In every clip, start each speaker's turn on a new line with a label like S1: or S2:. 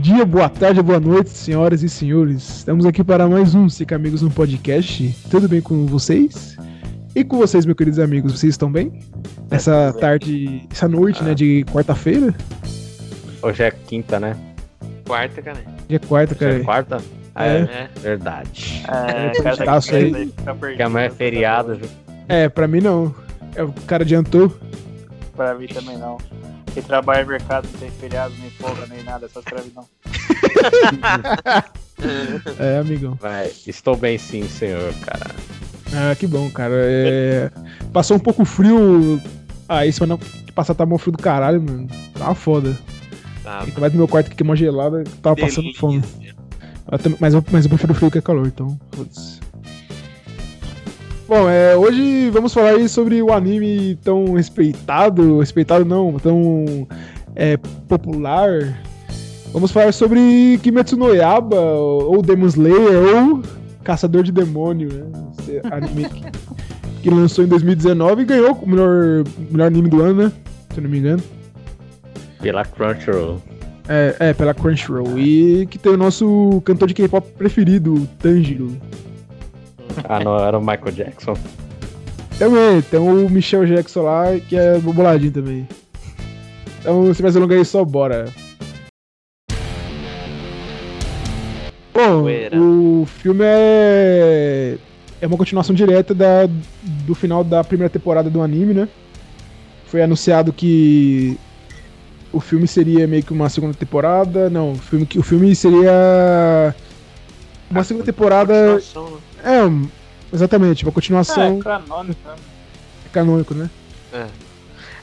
S1: dia, boa tarde, boa noite, senhoras e senhores. Estamos aqui para mais um Cica Amigos no Podcast. Tudo bem com vocês? E com vocês, meus queridos amigos, vocês estão bem? Essa tarde, essa noite, né, de
S2: Ah.
S1: quarta-feira?
S2: Hoje é quinta, né?
S3: Quarta, cara.
S1: Dia quarta, cara.
S2: Hoje é quarta? Ah,
S1: É.
S2: é.
S3: É.
S2: Verdade.
S3: É,
S1: Esse
S3: cara,
S1: taço
S3: tá-
S1: aí.
S3: tá perdido,
S2: Porque amanhã é
S3: tá
S2: feriado.
S3: bom.
S2: Ju.
S1: É, pra mim não. É, O cara adiantou.
S3: Pra mim também não. Quem trabalha no mercado não tem feriado, nem folga, nem nada, só escravidão.
S1: É, amigão.
S2: Vai, estou bem sim, senhor, cara.
S1: Ah, que bom, cara. É, Passou um pouco frio. Ah, esse semana que passar tá mó frio do caralho, mano. Tá uma foda.
S3: Tá,
S1: Ainda mais no meu quarto que queimou gelada, eu tava passando fome. Eu também- Mas eu, mas eu prefiro frio que calor, então. Foda-se. Bom, é, hoje vamos falar aí sobre o anime tão respeitado, respeitado não, tão é, popular. Vamos falar sobre Kimetsu no Yaba, ou Demon Slayer, ou Caçador de Demônio, né? Esse anime que, que lançou em 2019 e ganhou o melhor, melhor anime do ano, né? Se eu não me engano.
S2: Pela Crunchyroll.
S1: É, é, pela Crunchyroll. E que tem o nosso cantor de K-pop preferido, o Tanjiro.
S2: Ah, não, era o Michael Jackson.
S1: Também, tem o Michel Jackson lá, que é boboladinho também. Então, se mais alongar aí, só bora. Bom,
S3: Poeira.
S1: o filme é... É uma continuação direta da, do final da primeira temporada do anime, né? Foi anunciado que o filme seria meio que uma segunda temporada. Não, o filme, que- o filme seria uma segunda temporada.
S3: Ah, Continuação, né?
S1: É, exatamente, uma continuação
S3: Ah, é canônico, né?
S1: canônico, né?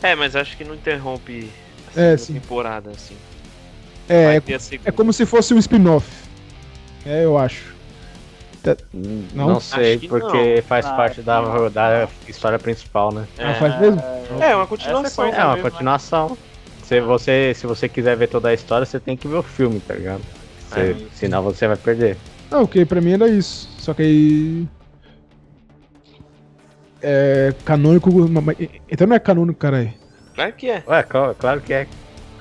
S4: É, mas acho que não interrompe a
S1: É,
S4: segunda
S1: sim.
S4: temporada, assim.
S1: É,
S4: Vai
S1: é,
S4: ter a segunda.
S1: é como se fosse um spin-off. É, eu acho.
S2: Hum,
S1: Não?
S2: Não, sei,
S4: Acho que
S2: porque faz
S3: Ah,
S2: parte da,
S3: não.
S2: da história principal, né?
S4: É,
S1: Ela faz mesmo?
S4: É,
S3: Essa
S4: uma
S3: é
S4: continuação.
S3: a
S2: É uma
S3: mesmo, né?
S2: continuação. Se você, se você quiser ver toda a história, você tem que ver o filme, tá ligado? Você-
S4: É.
S2: Senão você vai perder.
S1: Ah, ok, pra mim era isso. Só que aí. É. Canônico. ma- ma- Então não é canônico, caralho.
S4: Claro que é.
S2: Ué, cl- claro que é.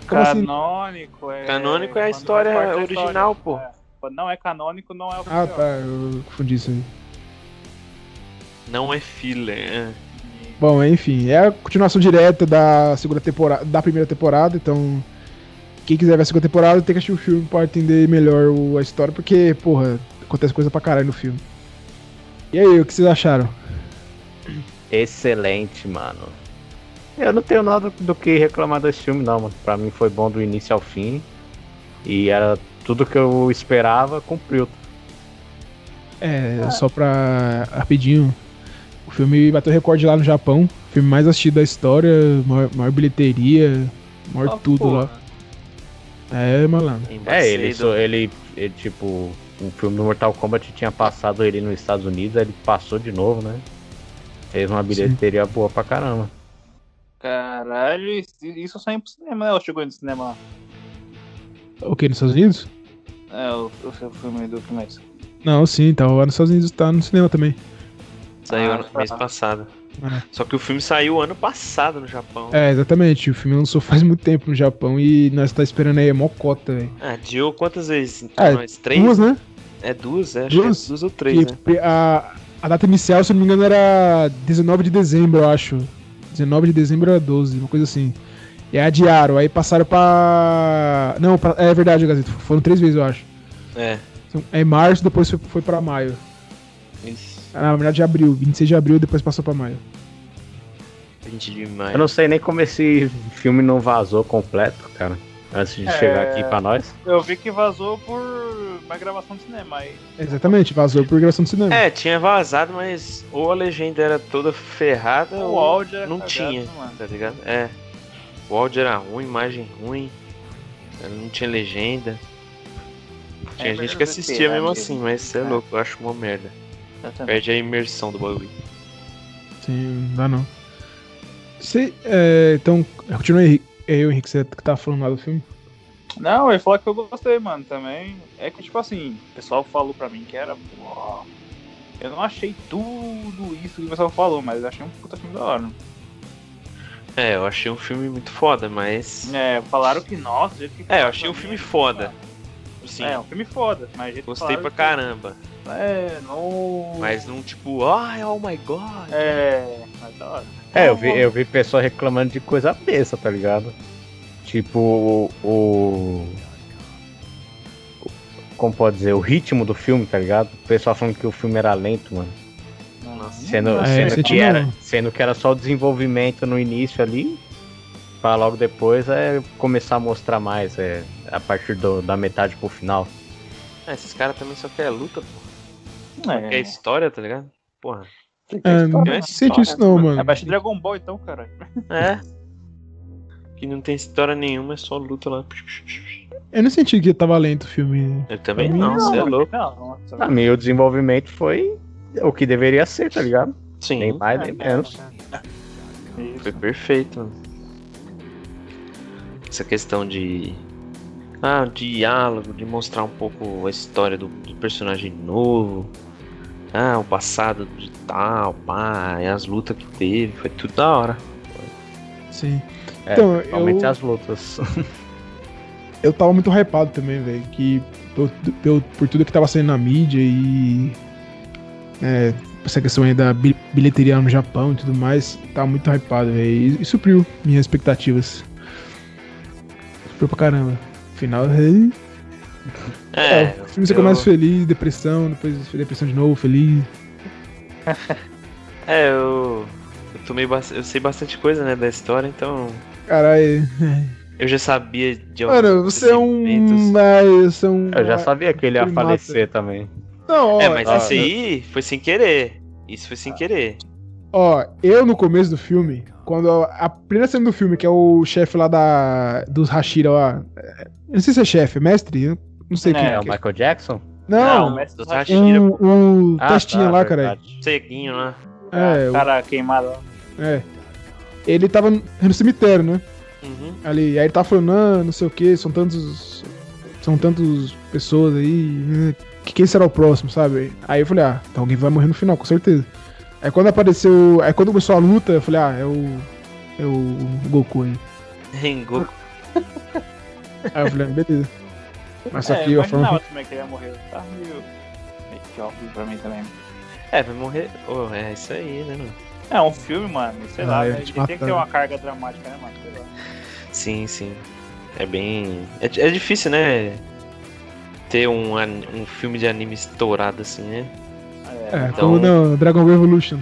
S1: Como assim?
S3: Canônico é.
S4: Canônico é a
S3: quando
S4: história
S3: corta a
S4: original,
S3: história. É. Quando não é canônico, não é o
S1: Ah,
S3: pior.
S1: tá, eu confundi isso aí.
S4: Não é filler. é.
S1: Bom, enfim, é a continuação direta da segunda temporada, da primeira temporada, então quem quiser ver a segunda temporada tem que assistir o filme pra entender melhor o- a história, porque, porra, acontece coisa pra caralho no filme. E aí, o que vocês acharam?
S2: Excelente, mano. Eu não tenho nada do que reclamar desse filme, não, mano. Pra mim foi bom do início ao fim. E era tudo que eu esperava, cumpriu.
S1: É, só pra. rapidinho. O filme bateu recorde lá no Japão. Filme mais assistido da história, maior, maior bilheteria, maior
S3: Ó,
S1: tudo
S3: porra.
S1: lá. É, malandro.
S2: É, ele,
S4: Embacedo.
S2: só- ele, ele, tipo, o filme do Mortal Kombat tinha passado ele nos Estados Unidos, aí ele passou de novo, né? Fez uma bilheteria boa pra caramba.
S3: Caralho, isso- isso saiu pro cinema, né? Ou chegou no cinema?
S1: O que, nos Estados Unidos?
S3: É, o, o filme do Kimetsu.
S1: Não, sim, tá lá nos Estados Unidos, tá no cinema também.
S4: Saiu
S3: Ah,
S4: ano-
S3: tá.
S4: mês passado.
S1: Ah.
S4: Só que o filme saiu ano passado no Japão.
S1: É, exatamente. O filme lançou faz muito tempo no Japão e nós tá esperando aí, é mó cota, velho.
S4: Adiou Ah, quantas vezes?
S1: É,
S4: Nós três?
S1: Duas, né?
S4: É duas, é, acho
S1: Duas?
S4: que é duas ou três, né?
S1: E a, a data inicial, se eu não me engano, era 19 de dezembro, eu acho. 19 de dezembro era 12, uma coisa assim. E aí adiaram, aí passaram pra. Não, pra- é verdade, Gazeta. Foram três vezes, eu acho.
S4: É.
S1: Então, É março, depois foi, foi pra maio.
S4: Isso.
S1: Ah, Na verdade, abril. 26 de abril, depois passou pra maio.
S4: Gente demais.
S2: Eu não sei nem como esse filme não vazou completo, cara. Antes de
S3: É.
S2: chegar aqui pra nós.
S3: Eu vi que vazou por uma gravação de cinema aí.
S1: Exatamente, vazou por gravação do cinema.
S4: É, tinha vazado, mas ou a legenda era toda ferrada
S3: O
S4: ou
S3: áudio era
S4: não
S3: cagado,
S4: tinha.
S3: mano.
S4: tá ligado? É. O áudio era ruim, imagem ruim, não tinha legenda. Tinha
S3: É,
S4: gente que
S3: mas
S4: assistia mesmo
S3: amigo.
S4: assim, mas você é,
S3: É.
S4: louco, eu acho uma merda.
S3: Eu também.
S4: Perde a imersão do bagulho.
S1: Sim, não dá não. Você, é, então, continua aí, Henrique. É eu, Henrique, você que tá falando lá do filme.
S3: Não, ele falou que eu gostei, mano, também. É que, tipo assim, o pessoal falou pra mim que era. "Ó, Eu não achei tudo isso que o pessoal falou, mas eu achei um puta filme da hora.
S4: É, eu achei um filme muito foda, mas.
S3: É, falaram que, nossa, do jeito que
S4: É, eu achei um filme foda. Sim,
S3: É, é um filme foda, mas eles
S4: gostei pra
S3: falaram
S4: caramba.
S3: que- É, não.
S4: Mas não tipo, ai, oh my god.
S3: É, mas da hora.
S2: É,
S1: Tá
S2: eu vi, eu vi pessoas reclamando de coisa besta, tá ligado? Tipo, o, o- Como pode dizer? O ritmo do filme, tá ligado? O pessoal falando que o filme era lento, mano.
S3: Hum,
S4: Nossa,
S2: Sendo,
S3: tá
S1: É,
S2: sendo,
S1: senti
S2: que
S1: não.
S2: era, sendo que era só o desenvolvimento no início ali, pra logo depois é começar a mostrar mais, é, a partir do- da metade pro final.
S4: Ah, esses caras também só querem luta, pô.
S3: É,
S4: Quer história, tá ligado? Porra.
S1: É, não
S4: É
S1: senti isso não,
S4: mano.
S1: mano.
S3: é baixo Dragon Ball então, cara.
S4: É. Que não tem história nenhuma, é só luta lá.
S1: Eu não senti que tava lento o filme.
S4: Eu também
S1: Pra mim,
S4: não,
S1: não,
S4: você é louco.
S3: Não, não,
S2: Pra mim, o desenvolvimento foi o que deveria ser, tá ligado? Nem
S4: Sim,
S2: mais,
S1: É,
S2: nem menos.
S4: foi perfeito. mano. Essa questão de. Ah, o diálogo, de mostrar um pouco a história do, do personagem novo. Ah, o passado de tal, pá, e as lutas que teve, foi tudo da hora.
S1: Sim.
S2: É,
S1: Então,
S2: Principalmente
S1: eu-
S2: as lutas.
S1: eu tava muito hypado também, velho. Que pelo- pelo- por tudo que tava saindo na mídia e. é, essa questão aí da bi- bilheteria no Japão e tudo mais, tava muito hypado, velho. E, e supriu minhas expectativas. Supriu pra caramba. Final, aí,
S4: É,
S1: o filme você começa feliz, depressão, depois depressão de novo, feliz.
S4: É, eu. Eu tomei bas- Eu sei bastante coisa, né, da história, então.
S1: Caralho.
S4: Eu já sabia de alguns
S1: Mano, você é um.
S4: acontecimentos.
S1: Ah, você é um.
S2: Eu já sabia que ele ia
S1: Ele mata.
S2: falecer também.
S1: Não, ó,
S4: É, mas
S1: ó,
S4: esse aí foi sem querer. Isso foi sem querer.
S1: Ó, eu no começo do filme, quando a a primeira cena do filme, que é o chefe lá da, dos Hashira lá. é, eu Não sei se é chefe, é mestre? eu Não sei
S3: É,
S1: quem
S2: É,
S1: é.
S2: o
S1: que é.
S2: Michael Jackson?
S1: Não, um
S3: Não,
S4: Ah, do
S3: mas-
S4: Tashira, pô,
S1: o, o
S2: Ah,
S1: testinha
S2: tá,
S1: lá, cara.
S2: verdade. Ah, tá.
S4: ceguinho lá.
S1: É, o-
S3: cara queimado.
S1: é. Ele tava no no cemitério, né?
S4: Uhum.
S1: Ali. Aí ele tava falando, ah, não sei o que, são tantos. São tantas pessoas aí. né? Que quem será o próximo, sabe? Aí eu falei, ah, então alguém vai morrer no final, com certeza. Aí quando apareceu. Aí quando começou a luta, eu falei, ah, é o. É o Goku aí.
S4: Rengoku.
S1: Aí eu falei, "Ah, beleza. Mas só
S3: é,
S1: que
S3: eu
S1: eu forma.
S3: imaginava também que ele ia morrer. Tá meio. meio que óbvio pra mim também.
S4: É, vai morrer. Oh, é isso aí, né, mano?
S3: É um filme, mano. Sei
S1: Ah,
S3: lá,
S1: eu ia
S3: né?
S1: te
S3: Ele tem que
S1: matar.
S3: ter uma carga dramática, né, mano? Sei lá.
S4: Sim, sim. É bem. É, di- é difícil, né? Ter um, an- um filme de anime estourado assim, né?
S1: É,
S4: Então-
S1: como não, Dragon Ball Evolution.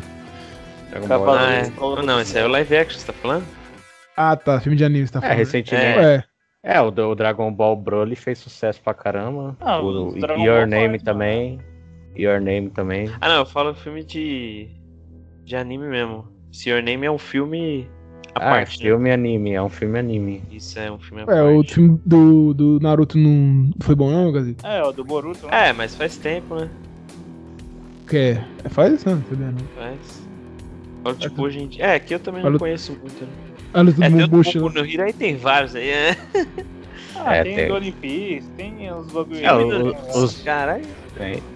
S2: Dragon
S3: Tá
S2: Ball.
S3: falando-
S4: Ah, é.
S3: estourado,
S4: Não, esse é o live action, você tá falando?
S1: Ah, tá, filme de anime, você tá
S2: É,
S1: falando.
S2: recentemente.
S1: É,
S2: É, o, do- o Dragon Ball Broly fez sucesso pra caramba.
S3: Ah,
S2: o
S3: os Dragon
S2: Your
S3: Ball
S2: Name
S3: faz,
S2: também. Your Name também.
S4: Ah, não, eu falo filme de. de anime mesmo. Se Your Name é um filme à
S2: Ah,
S4: parte. né?
S2: filme anime, é um filme anime.
S4: Isso é um filme à
S1: é, o
S4: parte.
S1: filme do, do Naruto não foi bom, não, Gazeta?
S3: É, o do Boruto, né?
S4: É, mas faz tempo, né?
S1: Que é, é, faz isso, não, sabia, não.
S4: Faz. Fala, tipo, hoje em dia. É, aqui eu também não
S1: Fala-
S4: conheço muito. Né?
S1: Ah, Naruto
S4: É,
S1: do
S4: tem o
S1: Mubushi,
S4: Boku no Hero, aí tem vários aí, né?
S3: Ah,
S2: É,
S3: tem,
S2: tem.
S3: do One Piece, tem os bagulho.
S2: É, o-
S3: né?
S2: os-
S4: Caralho.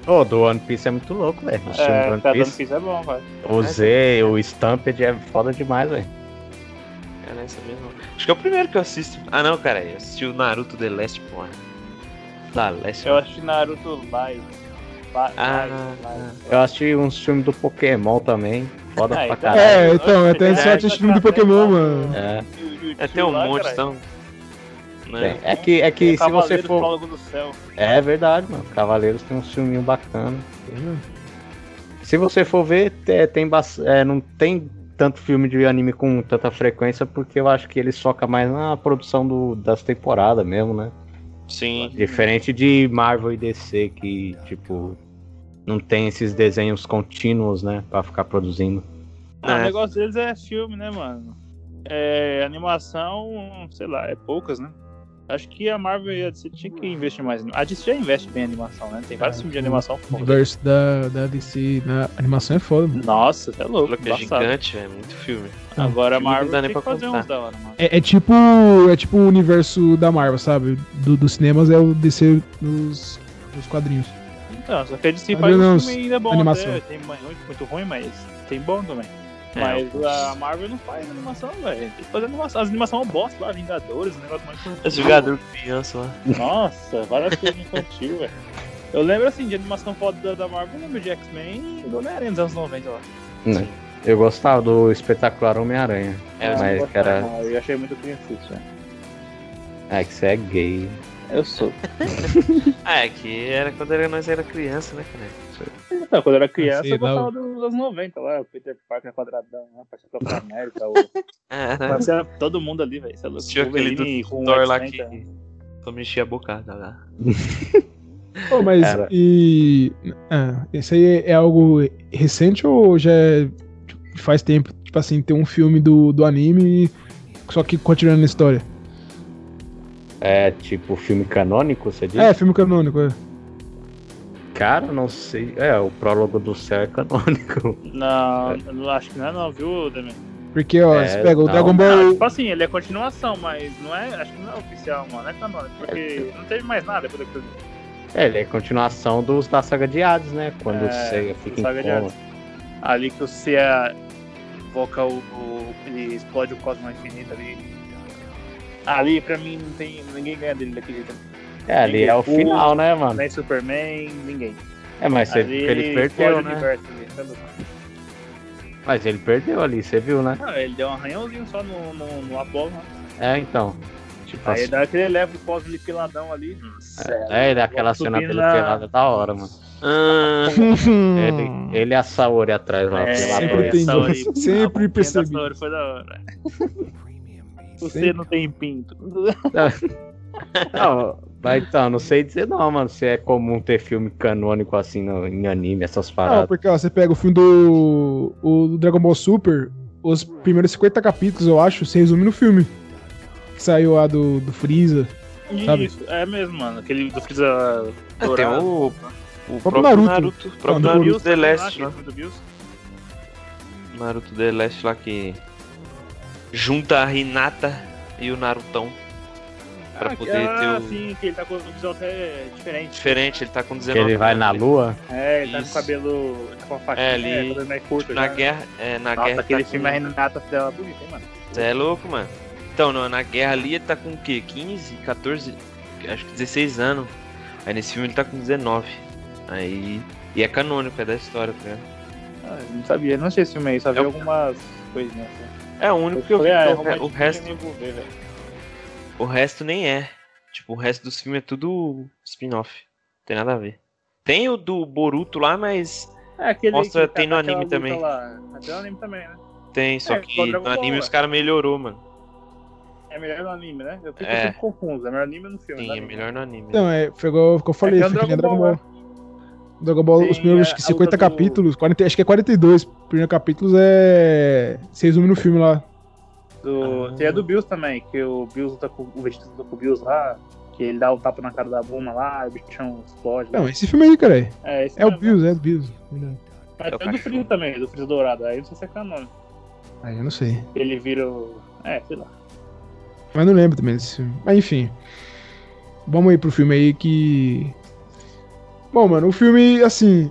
S2: Ô, do One Piece é muito louco, velho. O filme
S3: É,
S2: do
S3: tá,
S2: One
S3: do One
S2: Piece.
S3: Piece é bom, vai.
S2: O Z, o Stampede é foda demais, velho.
S4: Cara, né, essa mesmo. Acho que é o primeiro que eu assisto. Ah, não, cara, eu assisti o Naruto The Last, porra. Da Last.
S3: Eu assisti Naruto Live. Ba-
S4: Ah,
S3: Live, Live.
S2: Eu assisti uns filmes do Pokémon também. Foda
S3: Ah,
S2: pra
S3: É, então-
S2: caralho.
S1: É, então, eu tenho
S4: É,
S1: só assistindo filme do
S3: um
S1: Pokémon, mano.
S2: É.
S3: E o Jujutsu
S4: É, tem um
S3: lá,
S4: monte,
S3: caralho.
S4: então. Né?
S2: É que, é que
S3: Tem
S2: se você
S3: Cavaleiros,
S2: for.
S3: Prólogo do Céu.
S2: É verdade, mano. Cavaleiros tem um filminho bacana. Se você for ver, te- tem bas- é, não tem tanto filme de anime com tanta frequência, porque eu acho que eles focam mais na produção do- das temporadas mesmo, né?
S4: Sim.
S2: Diferente de Marvel e DC, que, tipo, não tem esses desenhos contínuos, né? Pra ficar produzindo.
S3: Ah,
S4: É.
S3: o negócio deles é filme, né, mano? É, animação, sei lá, é poucas, né? Acho que a Marvel e a DC tinha que investir mais. em- A DC já investe bem em animação, né? Tem vários
S1: É,
S3: filmes de animação
S1: O
S3: foda.
S1: universo da, da DC na animação é foda, mano.
S3: Nossa, tá louco,
S4: Louco, é
S3: embaçado.
S4: gigante, é muito filme.
S3: Agora a
S4: Filme não
S3: Marvel
S4: dá nem
S3: tem que
S4: pra
S3: fazer
S4: contar.
S3: uns da hora, mano.
S1: É, é tipo. É tipo o universo da Marvel, sabe? Do, dos cinemas é o DC nos, nos quadrinhos.
S3: Então, só que a DC
S1: Mas
S3: faz
S1: não,
S3: um filme ainda bom,
S1: animação.
S3: até. Tem muito muito ruim, mas tem bom também.
S4: É,
S3: Mas a Marvel não faz animação, velho. Tem que fazer animação. As animações bosta lá, Vingadores, um negócio mais infantil.
S4: Esse Vingador criança lá.
S3: né? Nossa, várias coisas infantil, velho. Eu lembro assim de animação foda da, da Marvel, eu lembro de X-Men e do Homem-Aranha dos anos 90 lá.
S2: Né? Eu gostava do espetacular Homem-Aranha.
S4: É,
S2: mas,
S3: eu,
S2: cara-
S3: eu achei muito criançudo, velho.
S2: É que você é gay.
S3: Eu sou.
S4: Ah, é que era quando era, nós era criança, né, cara?
S3: Então, quando eu era criança,
S1: Sei
S3: eu gostava
S1: não.
S3: dos anos 90 lá, o Peter Parker quadradão, né? Parecia Capitão América, o...
S4: Ah,
S3: parecia todo mundo ali, velho. Você é louco.
S4: Tinha aquele
S3: Wolverine
S4: do
S3: com o
S4: Thor lá
S3: X-Men,
S4: que
S3: tá?
S4: só mexia a bocada lá.
S1: Pô, mas
S2: Cara.
S1: e. Ah, esse aí é algo recente ou já é, tipo, faz tempo? Tipo assim, tem um filme do, do anime, só que continuando a história.
S2: É tipo filme canônico, você diz?
S1: É, filme canônico. É.
S2: Cara, não sei. É, o prólogo do céu é canônico.
S3: Não, eu não acho que não é não, viu, Demi?
S1: Porque, ó,
S2: É,
S1: você pega o
S2: não,
S1: Dragon
S3: Não,
S1: Ball.
S3: tipo assim, ele é continuação, mas não é. Acho que não é oficial, mano. Não é canônico, porque não teve mais nada depois daquilo.
S2: É, ele é continuação dos, da saga de Hades, né? Quando
S3: É,
S2: o Seiya fica em
S3: saga de
S2: coma.
S3: Hades. Ali que você ah, invoca o, o- Ele explode o cosmo infinito ali. Ali, pra mim, não tem. ninguém ganha dele daquele jeito.
S2: É, ali é o
S3: Deadpool,
S2: final, né,
S1: Ah.
S2: mano?
S3: Nem Superman, ninguém.
S2: É, mas você-
S3: ali
S2: ele
S3: explode
S2: perdeu,
S3: o
S2: né?
S3: universo ali, tá louco?
S2: Mas ele perdeu ali, você viu, né?
S3: Não, ele deu um arranhãozinho só no, no, no Apollo, né?
S2: É, então. Tipo
S3: Aí
S2: assim.
S3: dá aquele leva o cosmo ele peladão ali.
S2: É, ele- aquela cena
S3: Subindo
S2: dele
S3: na-
S2: pelada da hora, mano.
S4: Ah,
S1: Hum,
S2: É, Ele, ele e a Saori atrás lá,
S3: É,
S2: pelada.
S1: Sempre tem.
S3: Saori,
S1: Sempre
S3: a boquinha da
S1: percebi.
S3: Saori foi da hora. Você
S1: Sempre.
S3: não tem pinto.
S2: Não, mas então, não sei dizer não, mano, se é comum ter filme canônico assim no, em anime, essas
S1: Não,
S2: paradas.
S1: porque, ó, você pega o filme do, o do Dragon Ball Super, os primeiros 50 capítulos, eu acho, se resume no filme. Que saiu lá do, do Freeza. Sabe?
S3: Isso, é mesmo, mano. Aquele do Freeza
S4: Ah, tem
S3: dourado.
S4: o, o próprio
S1: Naruto.
S4: Naruto. o próprio
S1: Não,
S4: Naruto
S3: Bills,
S4: The
S3: lá,
S4: Last,
S3: aquele
S4: né?
S3: filme do Bills.
S4: Naruto The Last lá que junta a Hinata e o Narutão pra
S3: Ah,
S4: poder
S3: ah,
S4: ter o
S3: sim, que ele tá com o visual até diferente.
S4: diferente, ele tá com
S2: Que
S4: 19
S2: ele vai na
S4: anos,
S2: lua.
S3: É, ele tá com
S4: Isso.
S3: o cabelo. Tá com a faixa
S4: É, ele-
S3: mais
S4: ele-
S3: curto.
S4: Na
S3: já, né?
S4: guerra, é, na
S3: Nossa,
S4: guerra
S3: aquele
S4: tá
S3: filme a Renata dela bonita, hein, mano?
S4: Você é louco, mano. Então, não, na guerra ali ele tá com o quê? 15, 14, acho que 16 anos. Aí nesse filme ele tá com 19. Aí. E é canônico, é da história, tá ligado?
S3: Ah, eu não sabia, não achei esse filme aí, só vi
S4: Eu-
S3: algumas coisinhas assim.
S4: É o único que eu vi.
S3: falei, ah, é
S4: então, o,
S3: romantiquinho,
S4: resto,
S3: nem vou ver, velho.
S4: o resto nem é. Tipo, o resto dos filmes é tudo spin-off. Não tem nada a ver. Tem o do Boruto lá, mas
S3: É aquele
S4: Mostra,
S3: que
S4: tem no
S3: tá com
S4: anime
S3: aquela
S4: também.
S3: luta Lá. Tem no anime também, né?
S4: tem, só
S3: É,
S4: que
S3: igual Dragon
S4: no anime
S3: Ball,
S4: os
S3: é.
S4: caras melhorou, mano.
S3: É melhor no anime, né? Eu fico
S4: É.
S3: sempre confuso. É melhor anime ou no filme?
S4: Sim,
S3: né?
S4: é melhor no anime.
S1: Então, é, foi igual que eu falei,
S3: que é o
S1: fica que nem
S3: Dragon
S1: Dragon
S3: Ball,
S1: Ball. Dragon Ball,
S3: Tem
S1: os primeiros
S3: a-
S1: acho que
S3: a
S1: 50
S3: luta do-
S1: capítulos, 40, acho que é 42 primeiros capítulos, é. Se resume no filme lá.
S3: Do...
S4: Ah.
S3: Tem a do Bills também, que o Bills tá com o Vegeta tá com o Bills lá, que ele dá o tapa na cara da Buma lá, o bichão explode. lá.
S1: Não, esse filme aí, cara.
S3: é, esse
S1: É o
S3: mesmo.
S1: Bills, é o Bills. verdade.
S3: Mas
S4: É o
S3: tem o do
S4: cachorro.
S3: Freeza Tá também, do Freeza Dourado. Aí não sei se é canônico.
S1: Ah, eu não sei.
S3: Ele vira o... É, sei lá.
S1: Mas não lembro também desse filme. Mas enfim. Vamos aí pro filme aí que. Bom, mano, o filme, assim.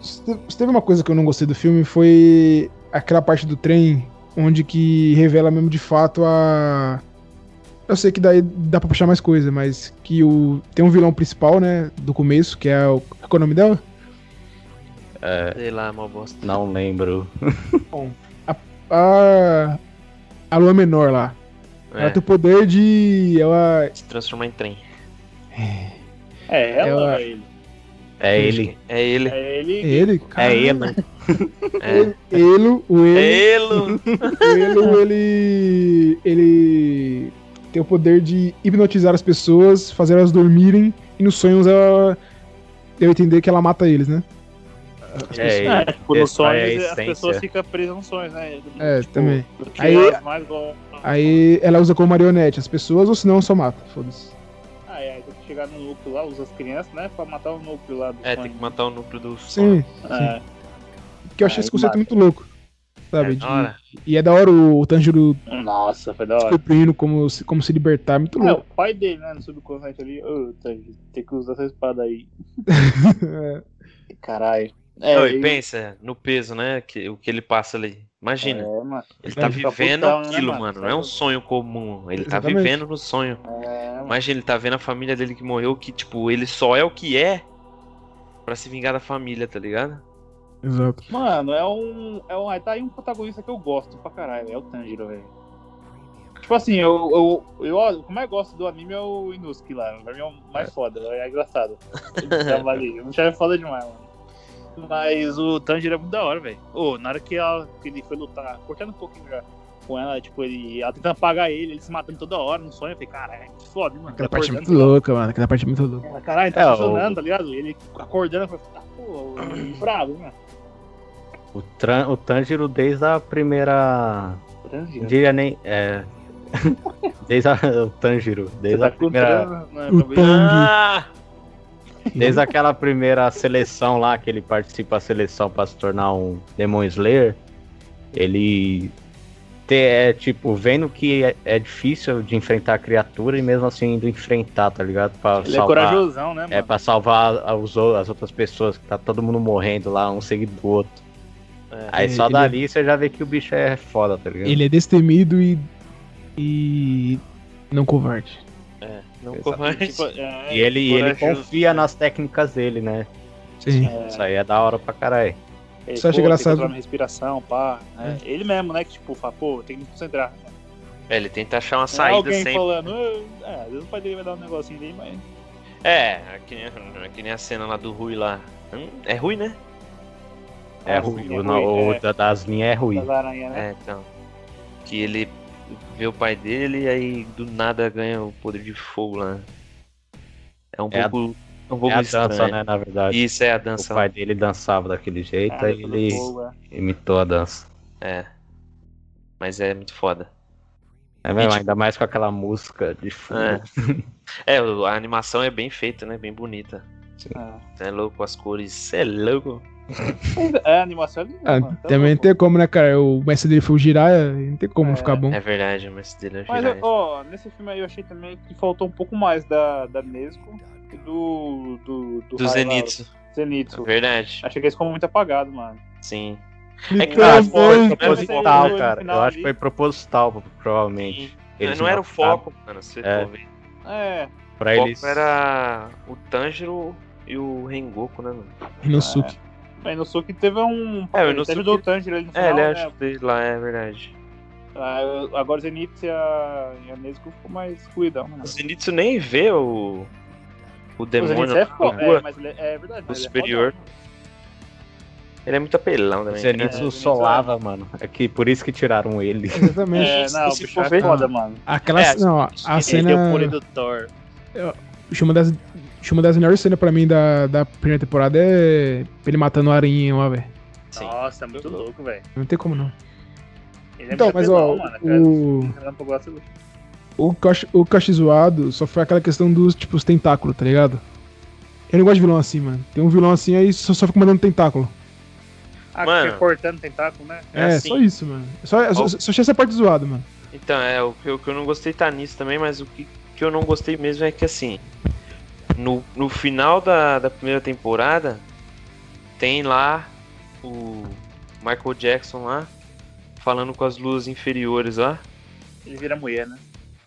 S1: Se te- se teve uma coisa que eu não gostei do filme foi aquela parte do trem onde que revela mesmo de fato a. Eu sei que daí dá pra puxar mais coisa, mas que o. Tem um vilão principal, né? Do começo, que é o. Qual que é o nome dela?
S4: Sei lá, mó bosta.
S2: Não lembro.
S1: A. A Lua Menor lá. Ela
S4: É,
S1: tem o poder de. Ela.
S4: se transformar em trem.
S3: É ela,
S1: Eu
S3: ou
S1: acho.
S3: é ele.
S2: É ele.
S4: É ele.
S3: É ele.
S1: É ele?
S2: É ele.
S4: É,
S1: Ele, o
S4: é
S1: ele.
S4: ele.
S1: O Elo, ele. ele tem o poder de hipnotizar as pessoas, fazer elas dormirem, e nos sonhos ela. Eu entender que ela mata eles, né?
S2: É
S3: É,
S2: ele.
S3: tipo, nos
S2: Destrói a
S3: sonhos as
S2: essência.
S3: pessoas ficam presas nos sonhos, né?
S1: É,
S3: Tipo,
S1: também.
S3: o que
S1: Aí-
S3: elas mais gostam.
S1: Aí ela usa como marionete as pessoas, ou senão só mata. Foda-se.
S3: Ah, é, tem que chegar no núcleo lá, usa as crianças, né? Pra matar o núcleo lá do
S4: É,
S3: sonho.
S4: tem que matar o núcleo do
S1: Sim,
S3: É,
S1: que eu achei
S3: Aí
S1: esse conceito
S3: mata.
S1: muito louco. Sabe?
S4: É,
S1: De-
S4: da hora.
S1: e é da hora o, o Tanjiro
S3: É, Nossa, foi da hora.
S1: descobrindo como se, como se libertar, muito
S3: É,
S1: louco.
S3: o pai dele, né, no subconsciente ali, ô, tá, tem que usar essa espada aí. É,
S1: É,
S3: Caralho. É,
S4: Não, e
S3: e-
S4: pensa no peso, né? Que, o que ele passa ali. Imagina,
S3: É, mano.
S4: ele
S1: é,
S4: tá
S3: fica
S4: vivendo
S3: putão, né,
S4: aquilo,
S3: mano?
S4: mano. Não é um sonho comum. Ele tá
S1: Exatamente.
S4: vivendo no sonho.
S3: É, mano.
S4: Imagina, ele tá vendo a família dele que morreu, que, tipo, ele só é o que é pra se vingar da família, tá ligado?
S1: Exato.
S3: Mano, é um. É um tá aí um protagonista que eu gosto pra caralho, é o Tanjiro, velho. Tipo assim, eu, eu, eu, olho- o que eu mais gosto do anime é o Inusuke lá. Pra mim é o mais foda, é engraçado. Ele tava ali. O Chave é foda demais, mano. Mas o Tanjiro é muito da hora, velho. Ô, na hora que, ela, que ele foi lutar, cortando um pouquinho já com ela, tipo, ele, ela tentando apagar ele, ele se matando toda hora no sonho. Eu falei, caralho, que foda, hein, mano.
S1: Aquela
S3: Tá
S1: parte é
S3: acordando
S1: muito louca, mano. Aquela parte é muito louca.
S3: ela, Caralho, tá
S2: É, o-
S3: funcionando, tá ligado? E ele acordando, eu falei, tá, pô, ele é bravo, né?
S2: O, Tran, o Tanjiro desde a primeira. Não
S3: Tanjiro.
S2: diria nem. É. Desde a, o Tanjiro, desde
S3: tá
S2: a
S4: né?
S2: primeira,
S4: Ah!
S2: desde aquela primeira seleção lá que ele participa da seleção pra se tornar um Demon Slayer, ele te- é tipo vendo que é, é difícil de enfrentar a criatura e mesmo assim indo enfrentar, tá ligado? Pra
S3: Ele é
S2: salvar,
S3: corajosão, né, mano?
S2: é para salvar a- os ou- as outras pessoas que tá todo mundo morrendo lá um seguido do outro.
S4: É,
S2: Aí só
S1: ele-
S2: dali você já vê que o bicho é foda, tá ligado?
S1: Ele é destemido e. e. não covarde.
S4: É, não
S2: Exato.
S4: covarde.
S3: Tipo, é,
S2: E ele, e ele
S3: corajoso.
S2: confia nas técnicas dele, né?
S1: Sim.
S2: Isso aí é da hora pra caralho.
S3: Ele,
S1: Você acha
S3: pô,
S1: engraçado? É.
S3: tem que entrar na respiração, pá. né? Ele mesmo, né? Que tipo, fala, pô, tem que me concentrar. Não
S4: É, ele tenta achar uma
S3: é
S4: saída
S3: alguém
S4: sempre.
S3: falando, "Ah, é, às vezes o pai dele vai dar um negocinho dele, mas.
S4: É, é que, nem, é que nem a cena lá do Rui lá. Hum, É Rui, né?
S2: É
S3: Ah,
S2: ruim,
S3: sim,
S2: o, o-
S3: é,
S2: da- das linhas é ruim.
S3: das aranhas, né?
S4: É, então. Que ele vê o pai dele e aí do nada ganha o poder de fogo lá. É um
S2: É a-
S4: pouco. é um pouco
S2: É a
S4: estranho.
S2: dança, né? Na verdade,
S4: Isso é a
S2: o
S4: dança.
S2: pai dele dançava daquele jeito,
S3: Ah,
S2: aí
S3: pelo
S2: ele
S3: fogo, é.
S2: imitou a dança.
S4: É. Mas é muito foda.
S2: É mesmo,
S4: tipo-
S2: ainda mais com aquela música de fundo.
S4: É. É, o- a animação é bem feita, né? Bem bonita.
S3: Ah.
S4: É louco, as cores. Cê é louco.
S3: É, a animação é linda,
S1: Ah,
S3: mano. tá
S1: também não
S3: louco.
S1: tem como, né, cara? O mestre dele foi o Jiraiya, não tem como
S3: É,
S1: ficar bom.
S4: É verdade, mas dele é
S3: Mas,
S4: Jiraiya.
S3: ó, nesse filme aí eu achei também que faltou um pouco mais da, da Nesco e do. Do, do,
S4: Do
S3: raio lá,
S4: Zenitsu. É
S3: Zenitsu.
S4: Verdade.
S3: Achei que eles ficou muito apagados, mano.
S4: Sim.
S1: Ele
S4: é
S2: Então,
S4: que
S1: tá
S4: não,
S1: bom,
S4: foi-
S1: hein?
S2: Foi
S4: não era o
S2: proposital,
S3: foco.
S2: cara. Eu acho que foi proposital, provavelmente.
S4: Não,
S2: Eles
S4: não era
S2: mataram
S4: o foco, mano. Se você
S2: É.
S4: for ver.
S3: É,
S2: Pra
S4: O
S2: eles.
S4: foco era o Tanjiro e o Rengoku, né, mano?
S1: Inosuke.
S3: O Inosuke É, teve um.
S4: É, o
S3: ele
S4: Inosuke-
S3: teve do Tanjiro ali no final,
S4: É, ele
S3: né?
S4: acho dele lá, é verdade.
S3: Ah, Agora o Zenith e a, e a Nezuko ficou mais cuidão, né?
S4: O Zenitsu nem vê o. O
S3: O Zenith
S4: demônio.
S3: é
S4: na
S3: foda,
S4: rua.
S3: é, mas ele é, é verdade. mas ele é
S4: superior.
S3: fodão, mano.
S4: Ele é muito apelão
S2: O
S4: também. cara.
S2: Zenitsu
S3: Zenitsu
S2: solava, mano. É que por isso que tiraram ele.
S1: Exatamente.
S3: É, não,
S4: se
S3: o bicho
S4: for
S3: é
S4: ver-
S3: foda, mano.
S1: Aquela.
S4: É,
S1: não, a
S4: ele
S1: cena.
S3: Ele deu pule do Thor.
S1: Acho uma das, acho uma das melhores cenas pra mim da, da primeira temporada é ele matando o aranha lá, velho.
S4: Sim.
S3: Nossa, é muito louco, velho.
S1: Não tem como não.
S3: Ele é
S1: então,
S3: muito
S1: mas
S3: apelão,
S1: ó,
S3: mano. a cara do-
S1: o,
S3: a cara do Pogossi-
S1: o, que eu acho- o que eu acho zoado só foi aquela questão dos, tipo, os tentáculos, tá ligado? Eu não gosto de vilão assim, mano. Tem um vilão assim, aí só, só fica mandando tentáculo.
S3: Ah, que
S4: Mano.
S3: fica cortando tentáculo, né?
S1: É,
S4: É assim.
S1: só isso, mano. Só, só, só achei essa parte zoada, mano.
S4: Então, é, o que, o que eu não gostei tá nisso também, mas o que, que eu não gostei mesmo é que assim. No, no final da, da primeira temporada, tem lá o Michael Jackson lá, falando com as luas inferiores lá.
S3: Ele vira mulher, né?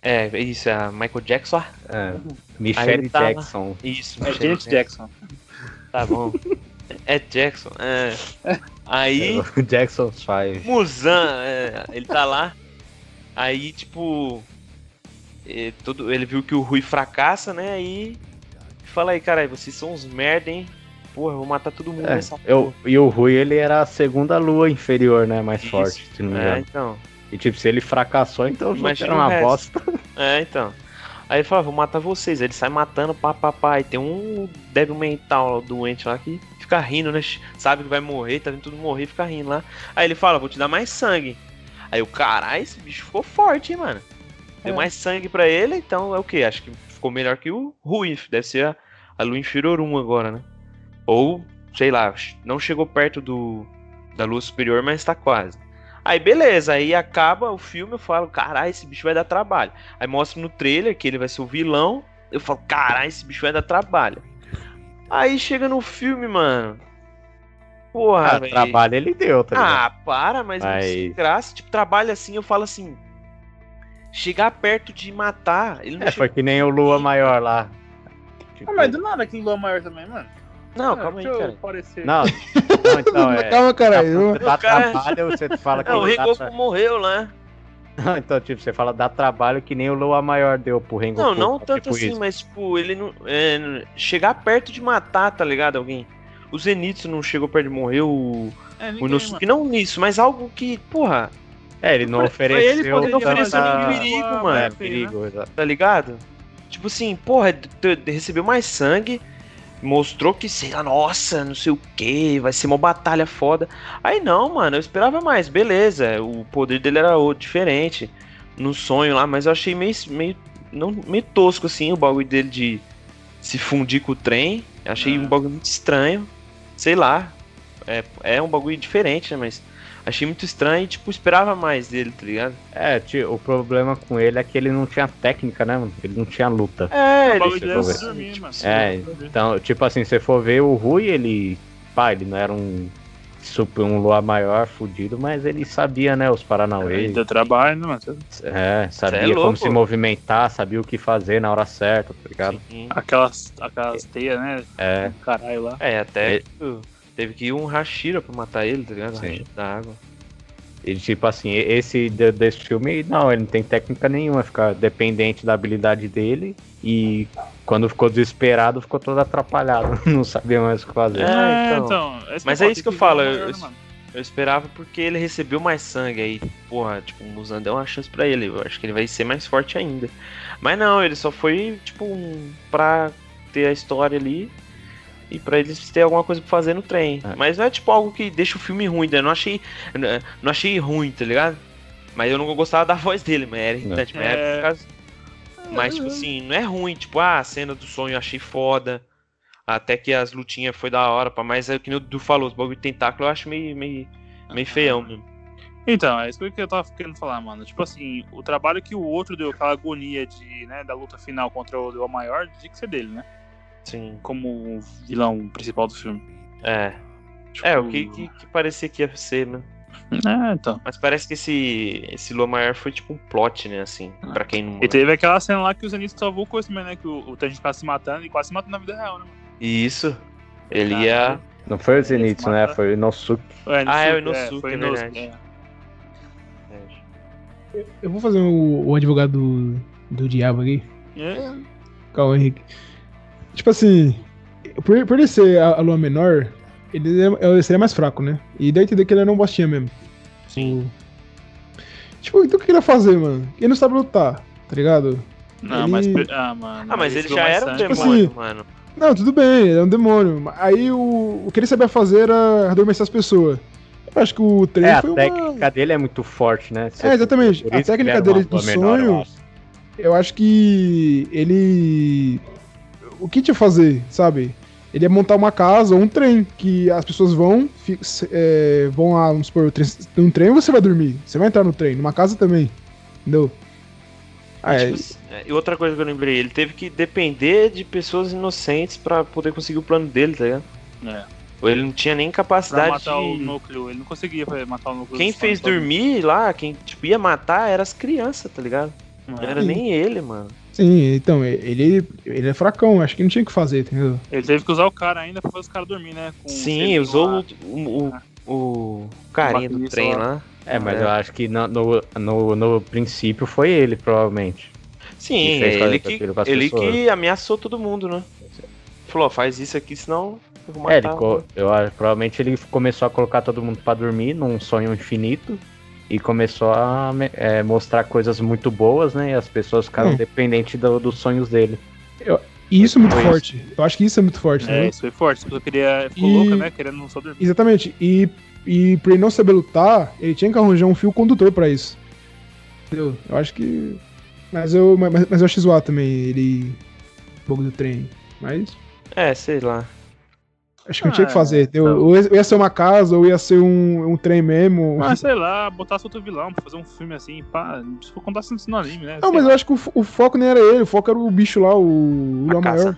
S4: É, isso, é a Michael Jackson lá?
S2: É.
S4: Uhum. Aí
S2: Michelle
S4: ele tava-
S2: Jackson.
S4: Isso,
S3: É Janet
S4: Jackson.
S3: Jackson.
S4: Tá bom. É Jackson, é. Aí,
S2: O Jackson 5.
S4: Muzan, é, ele tá lá. Aí, tipo. é, todo, ele viu que o Rui fracassa, né? Aí. Fala aí, caralho, vocês são uns merda, hein? Porra, eu vou matar todo mundo
S2: É,
S4: nessa
S2: eu,
S4: porra.
S2: e o Rui, ele era a segunda lua inferior, né? Mais
S4: Isso.
S2: forte, se não me
S4: É,
S2: engano.
S4: então.
S2: E tipo, se ele fracassou, então
S4: Imagina
S2: era
S4: o
S2: uma
S4: resto.
S2: bosta.
S4: É, então. Aí ele fala, vou matar vocês. Aí ele sai matando, pá, pá, pá. Aí tem um débil mental lá, doente lá que fica rindo, né? Sabe que vai morrer, tá vendo tudo morrer, fica rindo lá. Aí ele fala, vou te dar mais sangue. Aí o caralho, esse bicho ficou forte, hein, mano. Deu
S3: É.
S4: mais sangue pra ele, então é o que? Acho que ficou melhor que o Rui. Deve ser a, a Lua Inferior 1 agora, né? Ou, sei lá, não chegou perto do da Lua Superior, mas tá quase. Aí beleza, aí acaba o filme, eu falo, caralho, esse bicho vai dar trabalho. Aí mostra no trailer que ele vai ser o vilão. Eu falo, caralho, esse bicho vai dar trabalho. Aí chega no filme, mano. Porra,
S2: Ah,
S4: velho.
S2: trabalho ele deu, tá ligado?
S4: Ah, para, mas,
S2: Mas-
S4: mas... sem graça. Tipo, trabalho assim, eu falo assim. Chegar perto de matar. Ele não
S2: é,
S4: chegou-
S2: foi que nem o Lua Maior lá. Tipo,
S3: Ah, mas do nada aquele Lua Maior também, mano.
S4: Não,
S3: Ah,
S4: calma aí,
S3: deixa eu
S4: cara.
S3: Parecer.
S2: Não, não, então é.
S1: Calma, caralho.
S2: Você dá
S4: cara-
S2: trabalho, você fala que
S4: Não, o
S2: dá
S4: Rengoku
S2: tra-
S4: morreu lá.
S2: Não, então, tipo, você fala dá trabalho que nem o Lua Maior deu pro Rengoku.
S4: Não, não
S2: tá?
S4: tanto
S2: Tipo
S4: assim,
S2: isso.
S4: mas tipo, ele não. é, n- chegar perto de matar, tá ligado? Alguém. O Zenitsu não chegou perto de morrer, o,
S3: É, ninguém,
S4: o Inosuke.
S3: mano.
S4: Não nisso, mas algo que, porra,
S2: É, ele não
S4: Pra- pra ele
S2: ofereceu
S4: poderia oferecer
S2: tanta...
S4: um perigo,
S3: Boa,
S4: mano.
S2: É,
S3: né?
S2: perigo, exato.
S4: tá ligado? Tipo assim, porra, t- t- recebeu mais sangue, mostrou que, sei lá, nossa, não sei o que, vai ser uma batalha foda. Aí não, mano, eu esperava mais, beleza, o poder dele era o- diferente, no sonho lá, mas eu achei meio, meio, não, meio tosco, assim, o bagulho dele de se fundir com o trem, achei
S3: Ah.
S4: um bagulho muito estranho, sei lá, é, é um bagulho diferente, né, mas achei muito estranho e, tipo, esperava mais dele, tá ligado?
S2: É, tio, o problema com ele é que ele não tinha técnica, né, mano? Ele não tinha luta.
S4: É,
S3: O bagulho
S2: Deixa
S3: dele
S2: eu
S3: é
S2: ver.
S3: pra dormir, mano.
S2: É, então, tipo assim, se você for ver o Rui, ele. Pá, ele não era um. Super, um Lua Maior fudido, mas ele sabia, né, os Paranauê.
S3: Ele deu trabalho, né, mano?
S2: É, sabia
S4: Cê é
S2: como
S4: louco.
S2: se movimentar, sabia o que fazer na hora certa, tá ligado?
S4: Sim.
S3: Aquelas, aquelas teias, né?
S2: É,
S3: Caralho lá.
S4: É, até
S2: Ele-
S4: que tu- teve que ir um Hashira pra matar ele, tá ligado?
S2: Sim.
S4: Hashira da água.
S2: e tipo assim, esse de- desse filme, não, ele não tem técnica nenhuma, fica dependente da habilidade dele e quando ficou desesperado, ficou todo atrapalhado, não sabia mais o que fazer.
S4: É.
S3: então. esse
S4: Mas
S3: eu
S4: é
S3: falo,
S4: isso que eu
S3: tem
S4: falo,
S3: Lua
S4: eu-
S3: Maior, né,
S4: eu-
S3: mano?
S4: Eu esperava porque ele recebeu mais sangue aí, porra, tipo, o Muzan deu uma chance pra ele. Eu acho que ele vai ser mais forte ainda. Mas não, ele só foi, tipo, um, pra ter a história ali e pra eles terem alguma coisa pra fazer no trem.
S2: É.
S4: Mas não é tipo algo que deixa o filme ruim, né? Eu não achei. n- Não achei ruim, tá ligado? Mas eu não gostava da voz dele, mas era irritante, mas era
S3: É.
S4: por causa Mas, tipo assim, não é ruim. Tipo, ah, a cena do sonho eu achei foda. Até que as lutinhas foi da hora, pá. Mas é o que nem o Du falou, os bagulho de tentáculo eu acho meio, meio, meio feião mesmo.
S3: Então, é isso que eu tava querendo falar, mano. Tipo assim, o trabalho que o outro deu, aquela agonia de, né, da luta final contra o Lua Maior, tinha que ser dele, né?
S4: Sim.
S3: Como o vilão principal do filme.
S4: É.
S3: Tipo,
S4: É, o que, que, que parecia que ia ser, né?
S3: É, então.
S4: Mas parece que esse, esse Lua Maior foi tipo um plot, né? Assim, pra quem não.
S3: E teve aquela cena lá que o Zenith salvou o Coiceman, né? Que o, o Tanjiro ficava se matando e quase se matou na vida real, né? mano?
S4: E Isso. Ele ia.
S2: Não foi o Zenitsu, né? Foi o Inosuke.
S3: É,
S4: Ah, é, o
S3: Inosuke,
S4: Inosuke,
S3: foi
S4: é
S3: Inosuke,
S4: verdade. É.
S1: Eu vou fazer o, o advogado do, do diabo aqui.
S3: É.
S1: Calma, Henrique. Tipo assim, por, por ele ser a, a lua menor, ele, é- ele seria mais fraco, né? E daí entender que ele era um bostinha mesmo.
S4: Sim.
S1: Tipo, então o que ele ia fazer, mano? Ele não sabe lutar, tá ligado?
S3: Não,
S1: Ele-
S3: mas. Ah, mano.
S4: Ah, mas ele
S3: esse
S4: já
S3: Lua
S4: era um
S3: Sangue,
S1: Tipo
S4: demônio,
S1: assim,
S4: mano.
S1: Não, tudo bem, ele é um demônio. Aí o, o que ele sabia fazer era adormecer as pessoas. Eu acho que o trem
S2: É, a
S1: foi uma...
S2: técnica dele é muito forte, né? Você-
S1: É, exatamente.
S2: por
S1: A
S2: isso que ele
S1: técnica
S2: era
S1: dele
S2: uma
S1: do
S2: lua menor, eu
S1: sonho-
S2: acho.
S1: Eu acho que ele. O que tinha que fazer, sabe? Ele ia montar uma casa ou um trem que as pessoas vão, fi- se- é, vão lá, vamos supor, o trem- num trem você vai dormir. Você vai entrar no trem, numa casa também. Entendeu? Ah, é,
S4: Tipo assim, é, e outra coisa que eu lembrei, ele teve que depender de pessoas inocentes pra poder conseguir o plano dele, tá ligado?
S3: É.
S4: Ou Ele não tinha nem
S3: Pra
S4: capacidade
S3: matar o
S4: de-
S3: núcleo. Ele não conseguia fazer- matar o núcleo.
S4: Quem
S3: do
S4: fez
S3: Sangue,
S4: dormir lá, quem tipo, ia matar, era as crianças, tá ligado?
S3: sabe?
S4: Não era
S1: Sim.
S4: nem ele, mano.
S1: Sim, então, ele, ele é fracão, acho que não tinha o que fazer, entendeu?
S3: É. Ele teve que usar o cara ainda pra fazer os caras dormir, né? Com
S4: Sim,
S3: o
S4: usou
S3: lá.
S4: o, o, o, o carinha do
S3: Maquinista
S4: trem
S3: lá.
S4: lá.
S2: É, mas
S4: É.
S2: eu acho que no, no, no, no princípio foi ele, provavelmente.
S4: Sim,
S2: Que fez fazer
S4: ele,
S2: com
S4: que,
S2: aquilo com as
S4: ele
S2: pessoas.
S4: que ameaçou todo mundo, né? Falou, ó, faz isso aqui, senão eu vou
S2: É,
S4: matar. um."
S2: ele co- eu acho, provavelmente ele começou a colocar todo mundo pra dormir num sonho infinito e começou a me- é, mostrar coisas muito boas, né? E as pessoas ficaram
S1: Hum.
S2: dependentes do- dos sonhos dele.
S1: E isso é muito
S2: Foi isso.
S1: forte. Eu acho que isso é muito forte,
S3: É,
S1: né?
S3: isso foi forte. Eu queria. Ficou
S1: E-
S3: louca, né? Querendo não só dormir.
S1: Exatamente. E, e pra ele não saber lutar, ele tinha que arranjar um fio condutor pra isso. Entendeu? Eu acho que. Mas eu, mas, mas eu acho zoado também, ele. Um pouco do trem. Mas.
S4: É, sei lá.
S1: Acho que não tinha o que
S3: Ah,
S1: fazer. entendeu?
S2: não.
S1: Ou ia- ou ia ser uma casa, ou ia ser um, um trem mesmo.
S3: Ah, sei lá, botasse outro vilão pra fazer um filme assim, pá. Se for contar isso no anime, né?
S1: Não,
S3: sei
S1: mas
S3: lá.
S1: eu acho que o, fo- o foco nem era ele, o foco era o bicho lá, o Lula
S4: caça.
S1: Maior.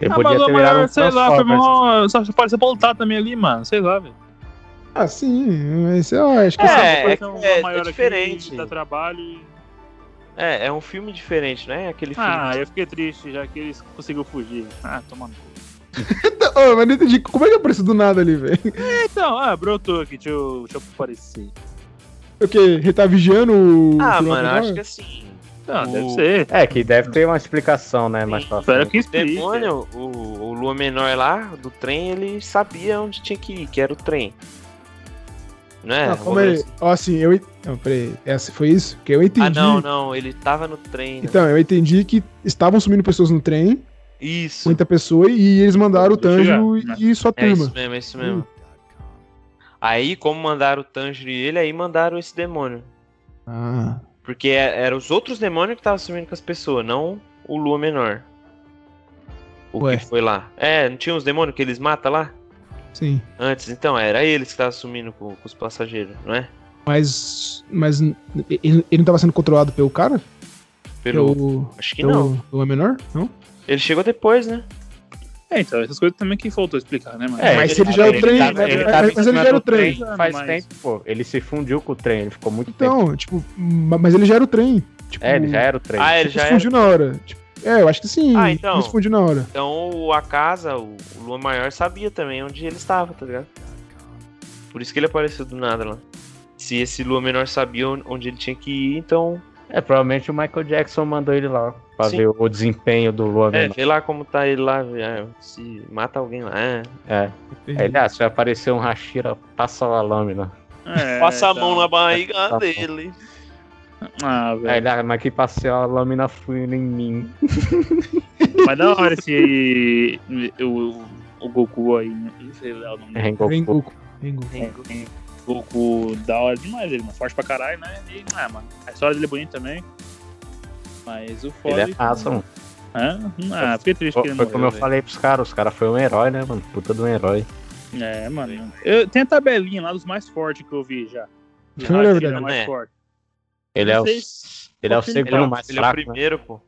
S2: Ele
S3: Ah,
S2: podia
S3: mas,
S2: ter virado um
S3: mas, sei lá, foi
S2: Transformers.
S3: mó... Só pode ser voltar também ali, mano. Sei lá, velho.
S1: Ah, sim, mas eu acho que
S4: É,
S1: essa-
S3: Essa
S4: é que
S3: proporção
S4: é- é
S3: maior aqui
S4: diferente.
S3: Dá trabalho e...
S4: É, é um filme diferente, né? Aquele filme.
S3: Ah, eu fiquei triste, já que eles conseguiram fugir. Ah, tomando.
S1: Ô, mas não entendi. Como é que apareceu do nada ali, velho?
S3: Então, ah, brotou aqui, deixa eu, deixa eu aparecer.
S1: O quê? Ele tá vigiando o.
S4: Ah,
S1: o
S4: mano,
S1: Kuroko
S4: acho que
S1: lá?
S4: assim.
S3: Não,
S4: O-
S3: Ah, deve ser.
S2: É, que deve ter uma explicação, né? Mais pra
S3: Espero
S2: frente.
S3: que explique.
S4: demônio, o, o Lua Menor lá do trem, ele sabia onde tinha que ir, que era o trem. Né?
S1: Ah, calma aí. Ó, assim, eu. en- Não, peraí. Essa, foi isso? Que eu entendi.
S4: Ah, não, não, ele tava no trem. né?
S1: Então, eu entendi que estavam sumindo pessoas no trem,
S4: Isso.
S1: muita pessoa, e eles mandaram o
S3: Deixa eu
S1: Tanjo
S3: chegar.
S1: e sua
S4: É isso
S1: turma.
S4: mesmo, é isso mesmo. Aí, como mandaram o Tanjiro e ele, aí mandaram esse demônio.
S1: Ah.
S4: Porque é- eram os outros demônios que estavam sumindo com as pessoas, não o Lua Menor. O
S1: Ué.
S4: que foi lá. É, não tinha uns demônios que eles matam lá?
S1: Sim.
S4: Antes, então, era eles que estavam sumindo com, com os passageiros, não é?
S1: Mas. Mas n- ele, ele não tava sendo controlado pelo cara?
S4: Pelo.
S1: Pelo.
S4: Acho que não. É
S1: Pelo, pelo menor? Não?
S4: Ele chegou depois, né?
S3: É, então, essas coisas também que faltou explicar, né, mano?
S2: É,
S1: mas se ele já é o trem,
S2: tava-
S1: mas-
S2: tava
S1: mas
S2: em
S1: ele
S2: cima
S1: já era
S2: tá é do
S1: o trem.
S2: Faz
S3: Mas-
S2: tempo, pô. Ele se fundiu com o trem, ele ficou muito tempo.
S1: Então, tipo. ma- Mas ele já era o trem. Tipo,
S2: É, ele já era o trem.
S4: Ah, ele
S1: Ele
S4: já
S1: se
S4: era.
S1: fundiu na hora. Tipo, é, eu acho que sim.
S4: Ah, então.
S1: Ele se fundiu na hora.
S4: Então o- a casa, o o Lua Maior, sabia também onde ele estava, tá ligado? Por isso que ele apareceu do nada lá. Se esse Lua Menor sabia on- onde ele tinha que ir, então.
S2: É, provavelmente o Michael Jackson mandou ele lá pra
S4: Sim.
S2: ver o desempenho do Lua
S4: É,
S2: Menor.
S4: vê lá como tá ele lá, é, se mata alguém lá. É.
S2: É. Aí Ele, ah, se aparecer um Hashira, passa a lâmina.
S3: É,
S4: Passa a
S3: então.
S4: mão na barriga
S2: Tá bom.
S4: dele.
S3: Ah,
S2: Aí
S3: velho.
S2: ele, ah, mas que passei a lâmina fluindo em mim.
S3: Mas da hora esse. O, o Goku aí, né? Não sei lá o nome dele.
S4: é
S2: Rengoku.
S1: Rengoku. Rengoku.
S3: Goku da hora demais, ele, mano. Forte pra caralho, né? E, ah, mano. A história dele é bonita também. Mas o foda.
S2: Ele é massa, mano.
S3: Hã? Ah, fiquei triste que
S2: Foi
S3: ele
S2: foi como eu
S3: morreu,
S2: falei pros caras, os caras foi um herói, né, mano? Puta de um herói.
S3: velho. É, mano. Eu, tem a tabelinha lá dos mais fortes que eu vi já.
S1: É
S3: Ah,
S1: verdade.
S3: ele é o mais
S4: Né?
S3: forte.
S2: Ele
S3: Não
S2: é o,
S3: sei se-
S2: ele é o
S3: qual que
S2: segundo
S4: Ele é, o-
S2: mais
S4: ele é o
S2: fraco. né?
S4: primeiro, pô.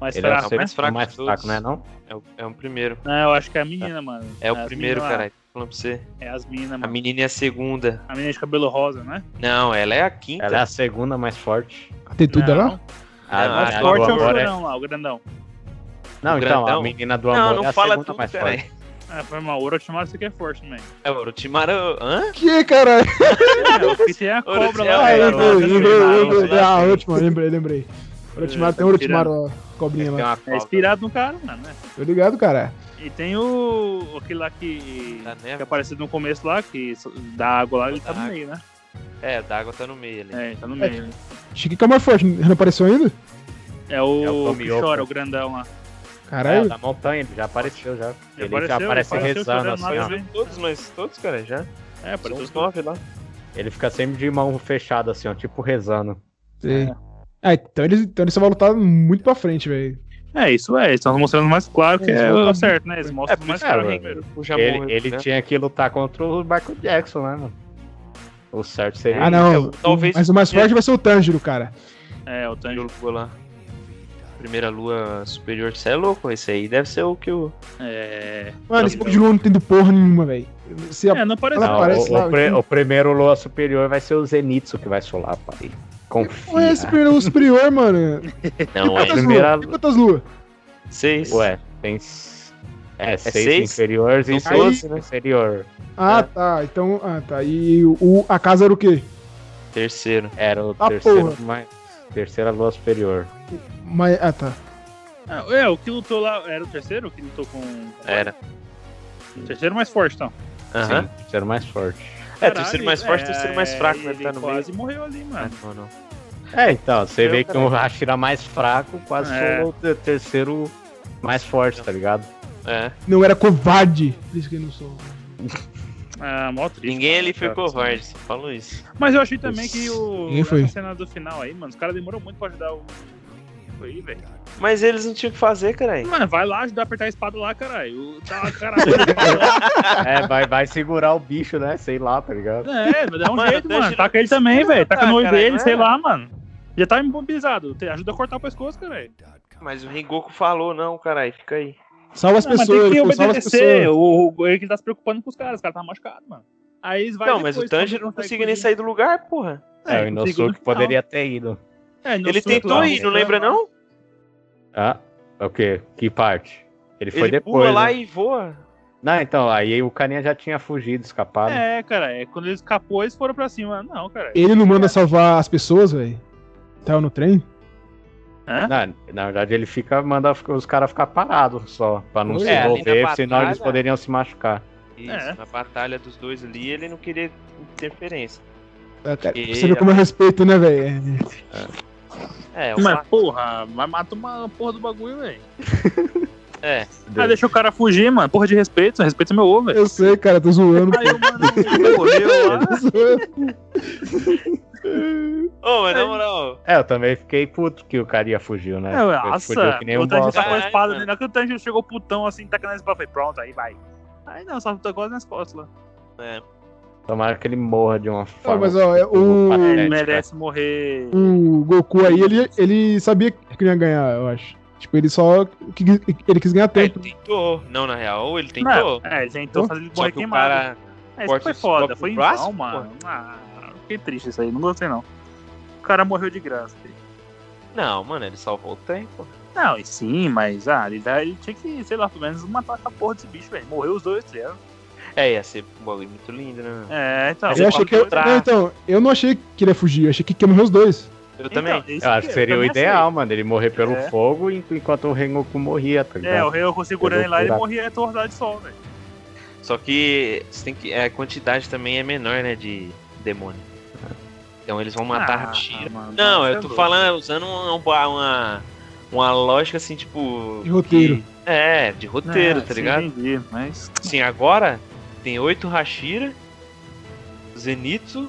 S3: Mais
S2: Ele é o
S3: fraco,
S2: segundo
S3: né?
S4: mais fraco
S2: mais
S4: de
S2: fraco,
S4: todos.
S2: né, não?
S4: É o, é o primeiro.
S3: Não, eu acho que é a menina, mano.
S4: É o
S3: As
S4: primeiro,
S3: mina lá.
S4: caralho. Tô falando pra você.
S3: É as meninas,
S4: A
S3: mano.
S4: menina é a segunda.
S3: A menina de cabelo rosa, né?
S4: Não, ela é a quinta.
S2: Ela é a segunda mais forte.
S1: Tem tudo é
S3: Não.
S1: lá?
S4: Ah,
S2: A
S4: mais
S2: menina do
S3: Forte é o
S2: amor é-
S3: chorão lá, o grandão.
S2: Não,
S4: O
S2: então,
S4: grandão.
S2: a menina do amor
S4: Não,
S2: é a
S4: não fala
S2: segunda
S4: tudo,
S2: mais
S4: peraí.
S2: forte.
S3: Ah, foi mal. O Orochimaru você que é forte também.
S4: É, o Orochimaru. Hã?
S1: Que, caralho?
S3: É, o Peter é a
S4: Orochi-
S3: cobra
S4: É,
S3: lá. né?
S1: Ah,
S4: é,
S3: velho.
S1: lembrei,
S3: Orochi-
S4: não,
S1: lembrei,
S4: não,
S1: lembrei.
S4: não, não.
S1: Ah, Orochimaru, lembrei, lembrei. Orochimaru, tem um Orochimaru, ó, cobrinha
S2: Tem
S1: lá.
S2: uma
S3: É
S2: cobra.
S3: inspirado no cara, mano, né?
S1: Tô ligado, cara.
S3: E tem o. aquele lá que.
S4: Da
S3: que
S4: neve.
S3: apareceu no começo lá, que so- da água lá, ele tá no
S4: Ah.
S3: meio, né?
S4: É, a Dago tá no meio ali.
S3: É, ele tá no meio.
S1: Chique é o mais forte, não apareceu ainda?
S3: É
S2: É
S3: o,
S2: o
S3: que
S2: Tomioka.
S3: chora, o grandão lá.
S2: É, o
S1: Caralho.
S2: da montanha, ele já apareceu já. Ele, já aparece
S3: apareceu
S2: rezando
S3: chorando lá
S2: assim, ó.
S3: também.
S4: Todos, mas todos, cara, já.
S3: É,
S4: São
S3: apareceu
S4: os nove lá.
S2: Ele fica sempre de mão fechada assim, ó, tipo rezando.
S1: Sei. Ah, então eles, então eles só vão lutar muito pra frente, velho.
S3: É, isso é, eles estão mostrando mais claro que
S1: Eles
S3: é
S1: mostram-
S3: o certo, né? Eles mostram mais
S2: isso,
S3: claro
S2: é,
S3: primeiro.
S4: O Jamon,
S2: Ele, ele
S4: né?
S2: tinha que lutar contra o Michael Jackson, né, mano? O certo seria.
S1: Ah, não.
S4: eu- talvez-
S1: Mas o mais forte vai ser o Tanjiro, cara. né?
S3: É, o Tanjiro.
S4: Primeira lua um lá. Primeira lua superior, você é louco, esse aí deve ser o que o.
S3: É.
S1: Mano, esse povo de Lua não tem do porra nenhuma, velho. Se a-
S3: É, não apareceu.
S1: Ela
S2: Não,
S1: aparece
S2: o,
S1: lá,
S2: o pre-
S1: então.
S2: o primeiro Lua Superior vai ser o Zenitsu que vai solar, pai.
S1: Ué,
S2: Confia.
S1: é esse primeiro superior, mano.
S4: Não,
S1: Quantas
S4: é
S1: luas?
S2: primeira-
S1: Tem quantas luas?
S4: seis.
S2: Ué, tem. s- É, seis,
S4: seis?
S2: inferiores e
S4: Não né?
S1: foi
S2: seis
S1: isso,
S2: inferior.
S1: Ah,
S4: É.
S1: tá. Então, ah, tá. E o, a casa era o quê?
S4: Terceiro.
S2: Era o
S1: Ah,
S2: terceiro
S1: porra.
S2: mais. Terceira Lua Superior.
S1: Mas, ah, tá.
S3: Ah, É, o que lutou lá era o terceiro? O que lutou com.
S4: Era.
S3: O terceiro mais forte, então.
S4: Aham.
S2: Sim, terceiro mais forte.
S4: É,
S3: Caralho, é,
S4: terceiro mais forte, terceiro mais fraco, né?
S3: ele
S4: Tá no
S3: quase
S4: meio.
S3: morreu ali,
S4: Ah,
S3: mano.
S4: não, não.
S2: É, então, você
S4: Eu,
S2: vê que o Hashira mais fraco quase
S3: É.
S2: solou o te- terceiro mais forte, tá ligado?
S4: É.
S1: Não era covarde. Por isso que eu não sou.
S3: Ah, mó triste,
S4: É. Ninguém
S3: cara.
S4: ali foi
S2: Cara,
S4: covarde, você falou isso.
S3: Mas eu achei também que o.
S1: Ninguém foi.
S3: Essa cena do final aí, mano, os caras demoram muito pra ajudar o. Foi aí, velho.
S4: Mas eles não tinham o que fazer, caralho.
S3: Mano, vai lá ajudar a apertar a espada lá, caralho. O- Tá lá, caralho.
S2: É, vai, vai segurar o bicho, né? Sei lá, tá ligado?
S3: é, mas dá um
S4: Mano,
S3: jeito,
S4: deixa
S3: mano.
S4: ele-
S3: Taca ele também, velho. Taca
S4: Ah,
S3: o noivo
S4: caralho,
S3: dele,
S4: não é?
S3: sei lá, mano. Já tá imobilizado. Te- Ajuda a cortar o pescoço, caralho.
S4: Mas o Rengoku falou, não, caralho, fica aí.
S1: Salva as
S3: Ah, mas tem
S1: pessoas,
S3: que
S1: pô, salva as pessoas.
S3: obedecer. O, o, ele que tá se preocupando com os caras, os caras tá machucado, mano. Aí eles vai
S4: não, mas o
S3: depois, quando
S4: Tanjiro não tá
S3: consegue
S4: conseguiu nem sair do lugar, porra.
S3: ele
S2: É, o
S3: conseguiu no
S2: Inosuke
S3: final.
S2: poderia ter ido.
S3: É, Inosuke
S4: Ele tentou
S3: lá,
S4: ir, não lembra não?
S2: Ah, o quê? Que parte? Ele foi
S4: Ele
S2: depois.
S4: pula lá
S2: né?
S4: e voa.
S2: Não, então, aí o carinha já tinha fugido, escapado.
S3: É, cara, é, quando ele escapou, eles foram pra cima. Não, cara.
S1: Ele não manda salvar as pessoas, velho? Tava no trem?
S3: Hã?
S2: Na, na verdade, ele fica manda os caras ficar parados só, pra não
S1: Pois
S2: se
S1: é, ali
S4: na
S2: envolver, senão
S4: batalha-
S2: eles poderiam se machucar.
S4: Isso,
S3: É.
S4: na batalha dos dois ali, ele não queria interferência.
S1: É, cara, pra
S4: E-
S1: Você vê como eu respeito, né, velho?
S4: É, o
S3: Mas,
S4: fato-
S3: porra, mas mata uma porra do bagulho, velho.
S4: é.
S3: Ah, deixa o cara fugir, mano. Porra de respeito, respeito é meu ovo, velho.
S1: Eu sei, cara, tô zoando.
S3: Aí o mano
S4: morreu lá.
S1: tô zoando.
S4: Ô, mas na moral,
S2: É, eu também fiquei puto que o carinha fugiu, né?
S3: É,
S2: Ele
S3: Nossa,
S2: fugiu que nem um
S3: o Tanjiro
S2: bosta.
S3: tá com a
S4: Caralho,
S3: espada,
S4: mano.
S3: né? Na hora que o Tanjiro chegou putão assim, tá na espada, falei, pronto, aí vai. Aí não, só tá quase nas costas lá.
S4: é,
S2: Tomara que ele morra de uma
S1: Ah,
S2: forma.
S1: mas ó, é, o,
S2: É,
S3: Ele
S2: tipo,
S3: merece morrer.
S1: o Goku aí, ele, ele sabia que ia ganhar, eu acho. Tipo, ele só. que- Ele quis ganhar
S4: ele
S1: tempo.
S4: tentou. Não, na real, ou ele
S3: Não,
S4: tentou.
S3: é, ele
S2: Hum?
S3: tentou fazer ele
S4: Só
S3: morrer
S4: que o
S3: queimado.
S4: cara.
S3: É, isso
S4: corta
S3: foi
S4: os
S3: foda,
S4: próprios
S3: foi em
S4: braços,
S3: vão, mano. Ah, fiquei triste isso aí, não gostei não. O cara morreu de graça.
S4: Não, mano, ele salvou o tempo.
S3: Não, e sim, mas ah, ele, dá- ele tinha que, sei lá, pelo menos matar essa porra desse bicho, velho. Morreu os dois, tá ligado?
S4: É, ia ser um bagulho muito lindo, né?
S3: É, então.
S4: Mas
S1: Eu achei
S4: Ele
S1: que eu,
S4: tentou.
S1: não, então, eu não achei que ele ia fugir, eu achei que ia morrer os dois.
S4: Eu também.
S3: Então,
S2: Eu acho que seria o
S3: assim.
S2: ideal, mano, ele morrer pelo
S3: É.
S2: fogo en- enquanto o Rengoku morria, tá ligado?
S3: É, o Ryoko segurando ele lá, ele
S2: Buraco.
S3: morria atordoado de sol, velho. então.
S4: Só que, você tem que a quantidade também é menor, né? De demônio. Então eles vão matar
S3: Ah,
S4: Hashira.
S3: mano,
S4: Não,
S3: você é
S4: eu tô
S3: louco.
S4: falando, usando uma, uma, uma lógica assim, tipo.
S1: De roteiro.
S4: que- é, de roteiro,
S3: Ah,
S4: tá
S3: sim,
S4: ligado?
S3: Entendi, mas.
S4: Assim, agora tem oito Hashira, Zenitsu,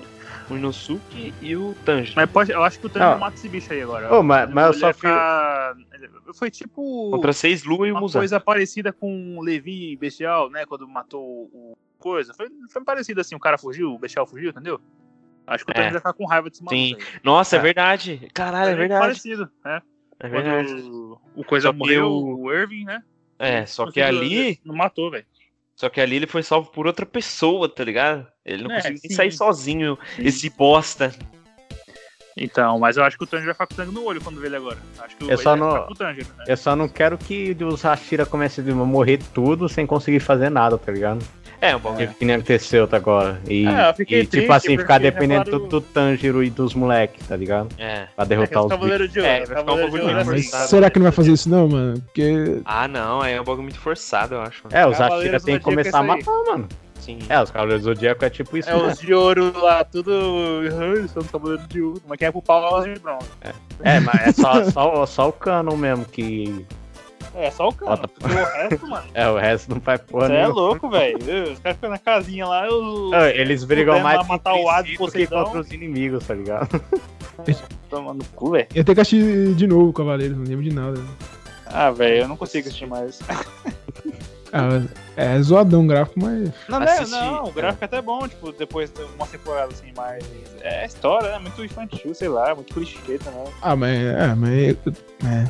S4: o Inosuke e o Tanjiro.
S3: Mas pode, eu acho que o Tanjiro
S2: Ah.
S3: mata esse bicho aí agora.
S2: Ô, mas, mas eu
S3: Ele ia
S2: só fico...
S3: ficar- Foi tipo.
S4: Contra seis Lu e o
S3: uma
S4: Muzan.
S3: coisa parecida com o Levi Bestial, né? Quando matou o coisa. Foi, foi parecido assim, o cara fugiu, o Bestial fugiu, entendeu? Acho que o
S4: É.
S3: Tanjiro vai ficar com raiva desse maluco.
S4: Sim,
S3: aí.
S4: Nossa, é
S2: É.
S4: verdade. Caralho,
S3: meio
S4: é
S3: que
S4: verdade.
S3: Parecido, né?
S4: É
S3: Quando
S4: verdade.
S3: o- o coisa
S4: Só que
S3: morreu,
S4: o-
S3: o Irving, né?
S4: É, só
S3: Não
S4: que
S3: sei,
S4: ali.
S3: Não matou, velho.
S4: Só que ali ele foi salvo por outra pessoa, tá ligado? Ele não
S3: É,
S4: conseguiu nem
S3: sim.
S4: sair sozinho, esse bosta.
S3: Então, mas eu acho que o Tanjiro vai ficar com sangue no olho quando vê ele agora. Acho que
S2: Eu É só
S3: ele vai
S2: não-
S3: ficar com o Tanjiro, né?
S2: Eu só não quero que os Hashira comecem a morrer tudo sem conseguir fazer nada, tá ligado?
S4: É, o bagulho.
S2: Tipo que nem aconteceu até agora. E,
S3: É, eu fiquei
S2: e, tipo
S3: triste,
S2: assim, ficar
S3: porque
S2: dependendo
S3: revelaram-
S2: do, do Tanjiro e dos moleques, tá ligado?
S4: É.
S2: Pra
S3: É, os
S2: derrotar os bichos.
S3: Cavaleiros de Ouro.
S4: É, vai ficar um
S3: Cavaleiros de
S4: bagulho
S3: Ouro é
S1: Mas
S3: assim.
S4: forçado.
S1: será que ele vai fazer isso não, mano? Porque.
S4: Ah, não, é um bagulho muito forçado, eu acho.
S2: É, os Hashira
S3: Cavaleiros
S2: tem que
S3: do Zodíaco é
S2: começar a
S3: isso
S2: matar, mano.
S4: Sim.
S2: É, os Cavaleiros do Zodíaco é tipo isso.
S3: É os de ouro lá, tudo. Uhum, São os Cavaleiros de Ouro. Mas quem é pro pau é os de bronze.
S2: É, mas é só, só, só o cano mesmo que.
S3: É, só o
S1: Ah,
S3: cara.
S1: tá.
S2: Bota-
S3: porque O resto, mano.
S2: É, o resto não faz porra
S3: Você é
S2: nenhuma.
S3: louco, velho. Os caras ficam na casinha lá. Eu...
S2: Ah, Eles brigam
S3: Puder
S2: mais
S3: lá
S2: com
S3: é matar o Hades,
S2: princípio que
S3: Poseidon.
S2: contra os inimigos, tá ligado?
S3: Tomando cu, velho.
S1: Eu tenho que assistir de novo, Cavaleiros, não lembro de nada.
S3: Ah, velho, eu não consigo assistir mais.
S1: Ah, é zoadão o gráfico, mas.
S3: Não,
S4: né,
S3: não, o gráfico é até bom, tipo, depois de uma temporada assim, mas. É história, né? Muito infantil, sei lá, muito clichê também.
S1: Ah, mas. É, mas. É.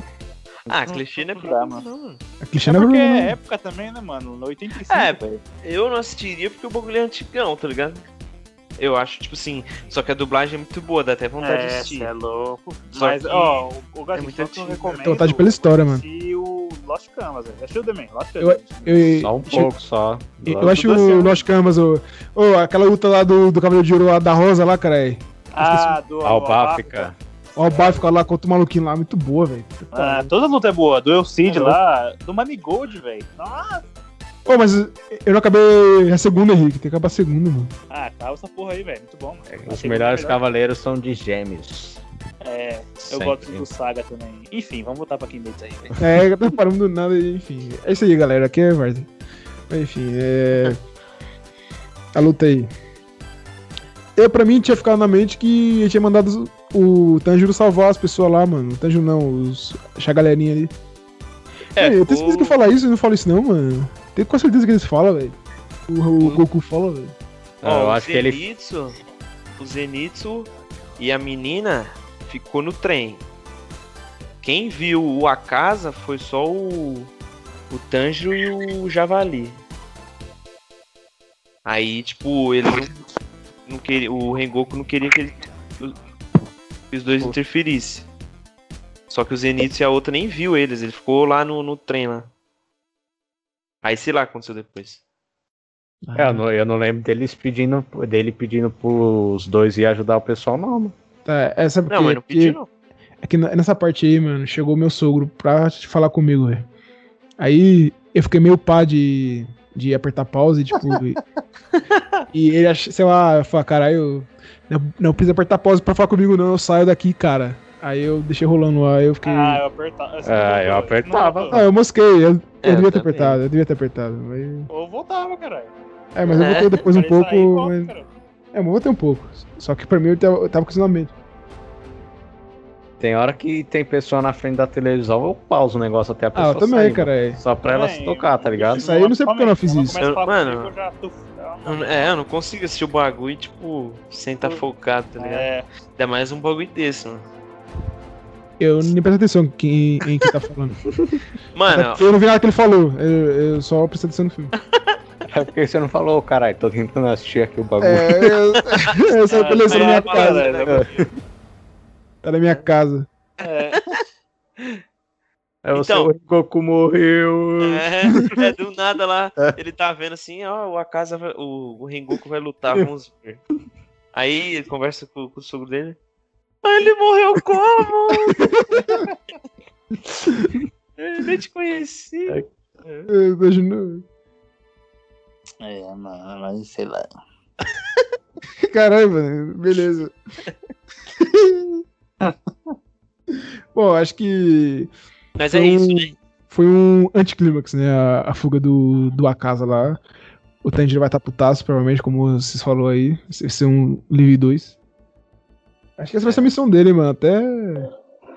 S4: Ah, clichê não é
S3: Não dá,
S4: problema, não, mano.
S1: A clichê
S3: É
S1: não é
S3: porque
S1: problema,
S3: é
S1: não.
S3: época também, né, mano? No 85.
S4: É,
S3: velho.
S4: Eu não assistiria porque o bagulho é antigão, tá ligado? Eu acho, tipo assim, só que a dublagem é muito boa, dá até vontade de
S3: É,
S4: assistir.
S3: cê é louco.
S4: Só
S3: Mas,
S4: que
S3: ó, o, o
S4: é
S3: Gatinho
S4: muito
S3: que eu
S4: antigo.
S3: recomendo.
S1: Tem vontade pela história, mano.
S3: E o Lost Canvas, velho. Assistiu também, Lost
S1: Eu-
S3: Canvas.
S1: Eu,
S2: Só um
S1: eu-
S2: pouco só.
S1: eu, eu acho o Lost Canvas, ô, ô, aquela luta lá do, do Cavaleiro de Ouro lá, da Rosa lá, caralho.
S3: Ah, do
S2: Albáfica.
S1: Ó, o Bafo lá contra o maluquinho lá, muito boa, velho. Puta que
S3: Ah,
S1: pariu.
S3: toda luta é boa. Do Elcid
S1: É
S3: lá, do Manigold, velho. Nossa!
S1: Ô, mas eu não acabei a segunda, Henrique. Tem que acabar a segunda, mano.
S3: Ah, tava essa porra aí, velho. Muito bom, mano.
S2: É, Os
S3: Achei
S2: melhores
S3: muito melhor.
S2: cavaleiros são de gêmeos.
S3: É, eu
S2: Sempre.
S3: gosto do Saga também. Enfim, vamos voltar pra Kimetsu aí, velho.
S1: É, eu tô parando do nada, e, enfim. É isso aí, galera. Aqui é Vardy. Enfim, é. A luta aí. Eu, pra mim, tinha ficado na mente que eu tinha mandado o Tanjiro salvar as pessoas lá, mano. O Tanjiro não, os. Achar a galerinha ali.
S4: É,
S1: Ei, eu tenho certeza que eu falar isso, eu não falo isso não, mano. Tenho com certeza que eles falam, velho. O, o
S4: O-
S1: Goku fala, velho.
S4: Ó,
S2: Ah, eu
S4: o
S2: acho que ele.
S4: Zenitsu, O Zenitsu e a menina ficou no trem. Quem viu o Akaza foi só o. o Tanjiro e o Javali. Aí, tipo, ele não, não queria, o Rengoku não queria que ele, que os dois interferissem. Só que o Zenitsu e a outra nem viu eles, ele ficou lá no, no trem lá. Aí sei lá o que aconteceu depois.
S2: É, eu, não, eu não lembro deles pedindo, dele pedindo pros dois ir ajudar o pessoal, não, mano.
S1: Tá, é, sabe
S4: Não,
S1: que,
S4: mas não pediu não.
S1: É que nessa parte aí, mano, chegou meu sogro pra te falar comigo, velho. Aí eu fiquei meio pá de, de apertar pause, tipo. e, e ele, ach- sei lá, eu falei, caralho, não, não precisa apertar pause pra falar comigo, não, eu saio daqui, cara. Aí eu deixei rolando lá, eu fiquei.
S3: Ah, eu apertava. Você
S2: Ah, eu
S3: não
S2: apertava.
S3: voltou.
S1: Ah, eu mosquei, eu, eu
S4: É, eu
S1: devia ter
S4: também.
S1: apertado, eu devia ter apertado. Mas...
S3: Ou voltava, caralho.
S1: É, mas eu
S4: É.
S1: voltei depois um
S3: Parei
S1: pouco.
S3: sair e volta,
S1: mas...
S3: caralho.
S1: É, mas eu voltei um pouco. Só que pra mim eu tava, eu tava com sinamento.
S2: Tem hora que tem pessoa na frente da televisão, eu pauso o negócio até a
S1: Ah,
S2: pessoa.
S1: eu também,
S2: sair, mano.
S1: cara.
S2: Só pra ela se
S3: Também,
S2: tocar, tá ligado?
S1: Isso aí eu não sei porque eu não fiz
S3: Quando
S1: isso.
S3: começa a falar
S4: Mano,
S3: comigo, eu já tô- Ah,
S4: Eu não- É, eu não consigo assistir o bagulho, tipo, sem tá focado, tá ligado?
S3: É,
S4: Ainda mais um bagulho desse, mano.
S1: Eu nem prestei atenção em, em quem tá falando.
S4: Mano,
S1: Eu não vi nada que ele falou, eu, eu só prestei atenção no filme.
S2: É porque você não falou, caralho, tô tentando assistir aqui o bagulho.
S1: É,
S3: É,
S1: eu, saí
S3: Ah,
S1: pela televisão na
S3: é,
S1: minha
S3: mas-
S1: casa. né?
S3: cara,
S1: Tá na minha casa.
S3: é.
S2: É o
S4: Então-
S2: seu Goku morreu.
S4: É, é, do nada lá,
S1: É.
S4: ele tá vendo assim, ó, o Akaza, vai- o, o Rengoku vai lutar, vamos ver. Aí ele conversa com, com o sogro dele. Mas ele morreu como? Eu nem te conheci.
S1: Eu imagino-
S3: É, mano, mas sei lá.
S1: Caralho, mano. Beleza. Bom, acho que
S4: Mas é isso, né?
S1: foi um anticlímax, né? A, a fuga do, do Akasa lá. O Tanjiro vai estar putaço, provavelmente, como vocês falou aí. Vai ser um Live 2. Acho que essa vai ser a missão dele, mano. Até.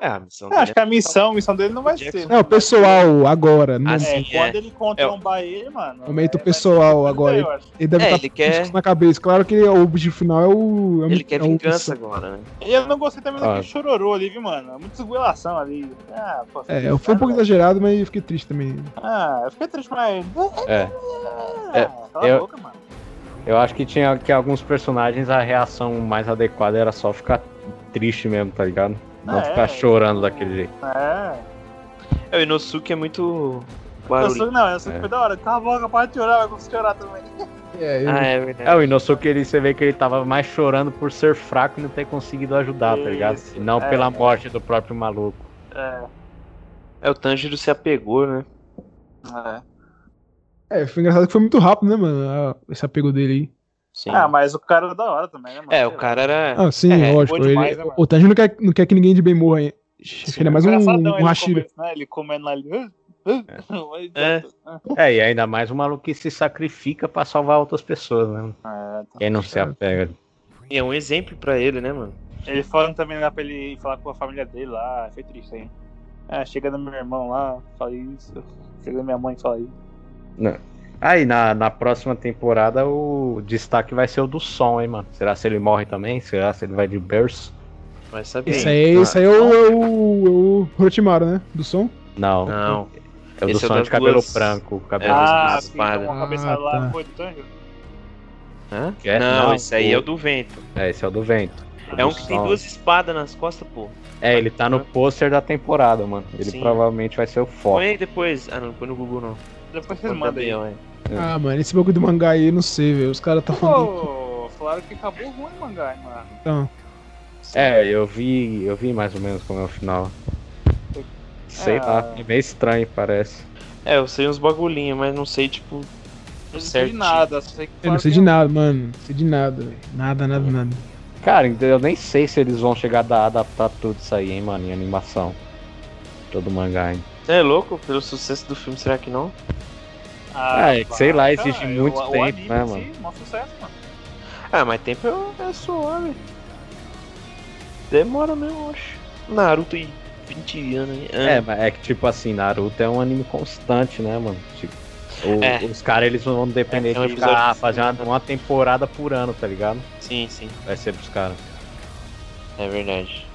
S4: É, a missão
S3: acho
S4: dele
S3: que a missão, a missão dele não vai
S4: Jackson.
S3: ser.
S1: É, o pessoal agora. Não,
S4: Ah,
S3: É,
S4: sim,
S3: quando ele contrambar ele, mano.
S1: O meio do
S3: é, vai-
S1: pessoal
S3: vai-
S1: agora,
S3: eu acho.
S1: Ele deve
S4: É,
S1: estar
S4: ele quer-
S1: na cabeça. Claro que o objetivo final é o. é o-
S4: ele quer
S1: é o-
S4: vingança agora, né?
S3: E eu não gostei também
S2: Ah.
S3: daquele chororô ali, viu, mano? Muita esgoelação ali. Ah, pô.
S1: É, foi um pouco
S3: cara,
S1: exagerado, mas eu fiquei triste também.
S3: Ah, eu fiquei triste, mas.
S2: É.
S3: Ah,
S2: É,
S3: cala a
S2: eu-
S3: boca, mano.
S2: Eu acho que tinha que alguns personagens a reação mais adequada era só ficar triste mesmo, tá ligado? Não
S3: Ah,
S2: ficar
S3: é.
S2: chorando daquele jeito.
S3: É.
S4: É, o Inosuke é muito
S3: Eu
S4: barulho.
S3: sou, não, eu sou
S2: É.
S3: foi da hora. Cala a boca, para de chorar, vai conseguir chorar também.
S1: É, eu,
S4: Ah, é
S2: É,
S4: verdade.
S2: o Inosuke, ele, você vê que ele tava mais chorando por ser fraco e não ter conseguido ajudar, tá ligado?
S3: Isso,
S2: E não
S3: é.
S2: pela morte do próprio maluco.
S3: É.
S4: É, o Tanjiro se apegou, né?
S3: é.
S1: é, foi engraçado que foi muito rápido, né, mano? a- Esse apego dele aí.
S4: Sim.
S3: Ah, mas o cara é da hora também, né, mano?
S4: É, o cara era.
S1: Ah, sim,
S4: É,
S1: lógico.
S3: boa demais,
S1: ele-
S3: né, mano?
S1: o Tanjiro não quer, não quer que ninguém de bem morra, hein? Ele é mais um,
S3: Engraçadão ele
S1: um
S3: no
S1: Hashira.
S3: começo, né? Ele comendo lá, ele. Mas-
S4: É.
S2: É, e ainda mais um maluco que se sacrifica pra salvar outras pessoas, né?
S3: Ah, tá.
S2: Quem não se apega.
S4: É um exemplo pra ele, né, mano?
S3: Ele falando também lá pra ele ir falar com a família dele lá, foi triste aí. Ah, chega no meu irmão lá, fala isso. Chega na minha mãe, fala isso.
S2: Aí, na, na próxima temporada, o destaque vai ser o do som, hein, mano? Será se ele morre também? Será se ele vai de Burst?
S4: Vai saber. Ah,
S1: Isso aí, isso aí é o, é o, é o Orochimaru, né? Do som.
S2: Não.
S4: Não.
S2: É o do
S4: Esse é o
S2: som
S4: das
S2: de cabelo
S4: duas-
S2: branco. Cabelo
S4: É,
S3: ah,
S4: as
S3: que
S4: espadas.
S3: deu uma
S1: Ah,
S3: cabeçada lá
S1: tá.
S3: no do Tango.
S4: Hã?
S2: É,
S4: não,
S2: não,
S4: esse aí
S2: o-
S4: é o do vento.
S2: É, esse é o do vento.
S4: É um que tem
S2: Sol.
S4: duas espadas nas costas, pô.
S2: É, ele tá no pôster da temporada, mano. Ele
S4: Sim.
S2: provavelmente vai ser o foco.
S4: Põe aí depois. Ah, não, põe no Google não.
S3: Depois vocês
S4: Põe
S3: mandam aí.
S4: Gabriel, é.
S1: Ah, mano, esse bagulho do mangá aí, eu não sei, velho. Os caras tá falando.
S3: Pô, falaram que acabou ruim o mangá, hein, mano.
S1: Então,
S2: É, eu vi, eu vi mais ou menos como é o final. Sei
S3: Ah.
S2: lá, é meio estranho, parece.
S4: É, eu sei uns bagulhinhos, mas não sei, tipo.
S3: Eu não sei de
S4: Certinho.
S3: nada, só sei que
S1: eu não
S3: falaram
S1: sei
S3: que é
S1: de nada, mano. Não sei de nada, velho. Nada, nada, nada.
S2: Cara, então eu nem sei se eles vão chegar a dar- adaptar tudo isso aí, hein, mano, em animação. Todo mangá, hein.
S4: Você é louco pelo sucesso do filme, será que não?
S3: Ah,
S2: É, sei lá,
S3: cara,
S2: exige muito
S3: o- o
S2: tempo,
S3: anime
S2: né,
S3: em si, mó sucesso, mano.
S4: Ah, mas tempo é, é suave. Demora mesmo, eu acho. Naruto e 20 anos Ah, aí.
S2: É, mas é que tipo assim, Naruto é um anime constante, né, mano? Tipo, o-
S4: É.
S2: Os caras eles vão depender
S4: É, tem um
S2: de
S4: episódio
S2: ficar, ah,
S4: por
S2: fazer uma,
S4: semana.
S2: uma temporada por ano, tá ligado?
S4: Sim, sim.
S2: Vai ser pros caras.
S4: É verdade.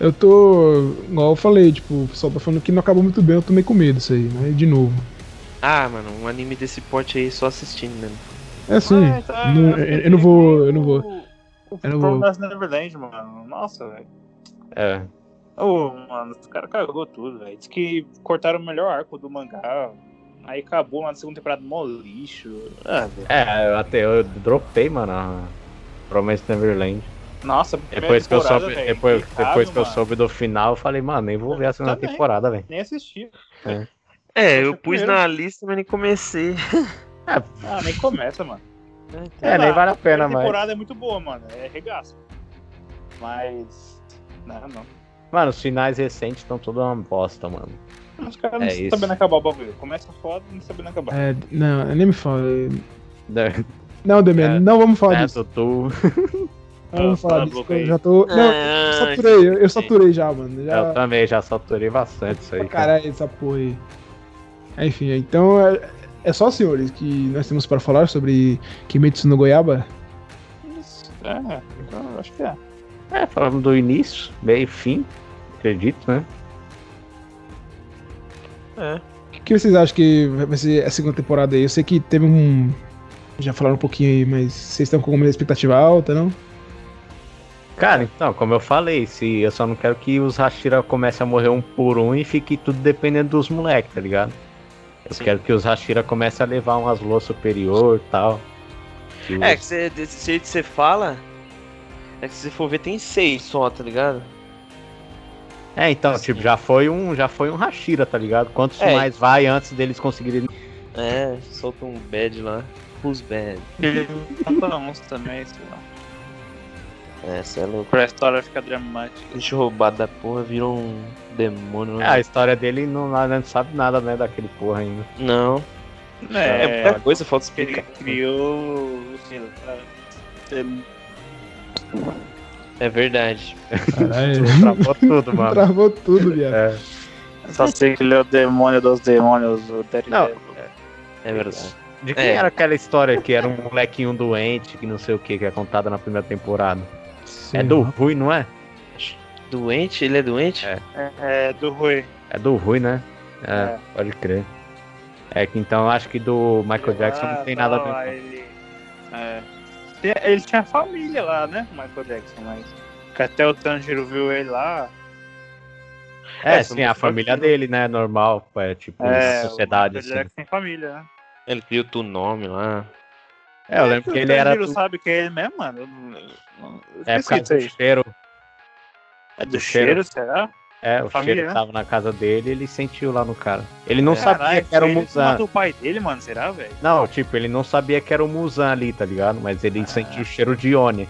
S1: Eu tô. Igual eu falei, tipo, o pessoal tá falando que não acabou muito bem, eu tô meio com medo isso aí, né? De novo.
S4: Ah, mano, um anime desse porte aí só assistindo mesmo.
S1: É assim,
S3: Ah, tá,
S1: não-
S3: eu
S1: eu, eu não vou. Eu não vou.
S3: O, o
S1: eu não vou.
S3: Promised Neverland, mano. Nossa, velho.
S2: É.
S3: Ô, mano, os caras cagou tudo, velho. Diz que cortaram o melhor arco do mangá. Aí acabou lá na segunda temporada, mó lixo. Ah, velho.
S2: É, eu até eu dropei, mano, a Promise Neverland.
S3: Nossa,
S2: Depois que eu soube,
S3: velho,
S2: depois,
S3: impecável,
S2: depois que eu
S3: mano.
S2: soube do final, eu falei, mano, nem vou ver a segunda
S3: Também.
S2: temporada, velho.
S3: Nem assisti.
S4: É,
S3: eu
S4: eu
S3: Esse pus
S4: pus
S3: primeiro.
S4: na lista, mas nem comecei.
S3: Ah, nem começa, mano.
S2: É, nem vale a pena
S3: A
S2: mais.
S3: temporada é muito boa, mano. É regaço. Mas. Não, não.
S2: Mano, os finais recentes estão toda uma bosta, mano.
S3: Os caras não
S2: É
S3: estão
S2: isso.
S3: sabendo acabar o bagulho. Começa foda, não sabendo acabar.
S1: É, não, nem me fala.
S2: Da-
S1: Não, Demian,
S2: É,
S1: não vamos falar
S2: né,
S1: disso.
S2: Tutu.
S1: Não vamos
S3: fala
S1: falar
S3: do
S1: disso.
S3: bloco
S1: que Eu
S3: aí.
S1: já tô. Não,
S4: Ah,
S1: eu saturei, eu, eu saturei já, mano. Já,
S2: Eu também já saturei bastante isso aí.
S1: Pra
S2: Cara.
S1: caralho, essa porra aí. É, Enfim, então é, é só, senhores, que nós temos para falar sobre Kimetsu no Goiaba.
S3: Isso. É, eu acho que é.
S2: É, falamos do início, meio e fim, acredito, né?
S4: é.
S1: O que, que vocês acham que vai- vai ser a segunda temporada aí? Eu sei que teve um. Já falaram um pouquinho aí, mas vocês estão com alguma expectativa alta, não?
S3: É.
S2: Cara, então, como eu falei, se eu só não quero que os Hashira comecem a morrer um por um e fique tudo dependendo dos moleques, tá ligado? Eu
S4: Sim.
S2: quero que os Hashira comecem a levar umas luas superior e tal. Que os-
S4: É, que você, desse jeito que você fala, é que se você for ver tem seis só, tá ligado?
S2: É, então, tipo, já foi um, já foi um Hashira, tá ligado? Quantos
S4: É.
S2: mais vai antes deles conseguirem
S4: É, solta um bad lá. Who's bad?
S3: Falta uns tá também, sei lá.
S4: É, você é louco.
S3: Pra história ficar dramática.
S4: Bicho roubado da porra virou um demônio.
S2: É, a
S4: né?
S2: história dele não, não sabe nada, né, daquele porra ainda.
S4: Não. É, muita coisa, falta
S3: ele
S4: explicar.
S3: criou. Sei lá. ele-
S4: É verdade.
S1: Caralho.
S2: Travou tudo, mano.
S1: Travou tudo, viado.
S2: É.
S3: Só sei que ele é o demônio dos demônios, o
S2: Não,
S3: Daredevil.
S4: É verdade.
S2: De quem
S4: É.
S2: era aquela história que era um molequinho doente, que não sei o que, que é contada na primeira temporada? é do Rui, não é?
S4: Doente? Ele é doente?
S2: É.
S3: É, é do Rui.
S2: É do Rui, né? É,
S3: É.
S2: pode crer. É que então eu acho que do Michael Jackson
S3: Ah,
S2: não tem
S3: tá
S2: nada a
S3: lá,
S2: ver.
S3: Ele, é. Tinha- ele tinha família lá, né? Michael Jackson, mas. que até o Tanjiro viu ele lá.
S2: com- É,
S3: é,
S2: sim, a
S3: só-
S2: família dele, né? Normal, é tipo
S3: É,
S2: sociedade,
S3: o
S2: assim.
S3: Michael Jackson tem família, né?
S4: Ele criou teu nome lá.
S2: É, eu lembro
S3: O
S2: que ele era.
S3: Tanjiro sabe quem é ele mesmo, mano? Eu não- eu
S2: É, por
S3: esqueci
S2: causa
S3: isso aí.
S2: do cheiro.
S3: É
S2: do
S3: do cheiro,
S2: cheiro.
S3: será?
S2: É, o
S3: Família,
S2: cheiro
S3: né?
S2: que tava na casa dele, ele sentiu lá no cara. Ele não
S4: É.
S2: sabia que era um
S3: foi ele que
S2: Muzan.
S3: matou o pai dele, mano, será, velho?
S2: Não, tipo, ele não sabia que era o Muzan ali, tá ligado? Mas
S3: Ah.
S2: ele sentiu o cheiro de Oni.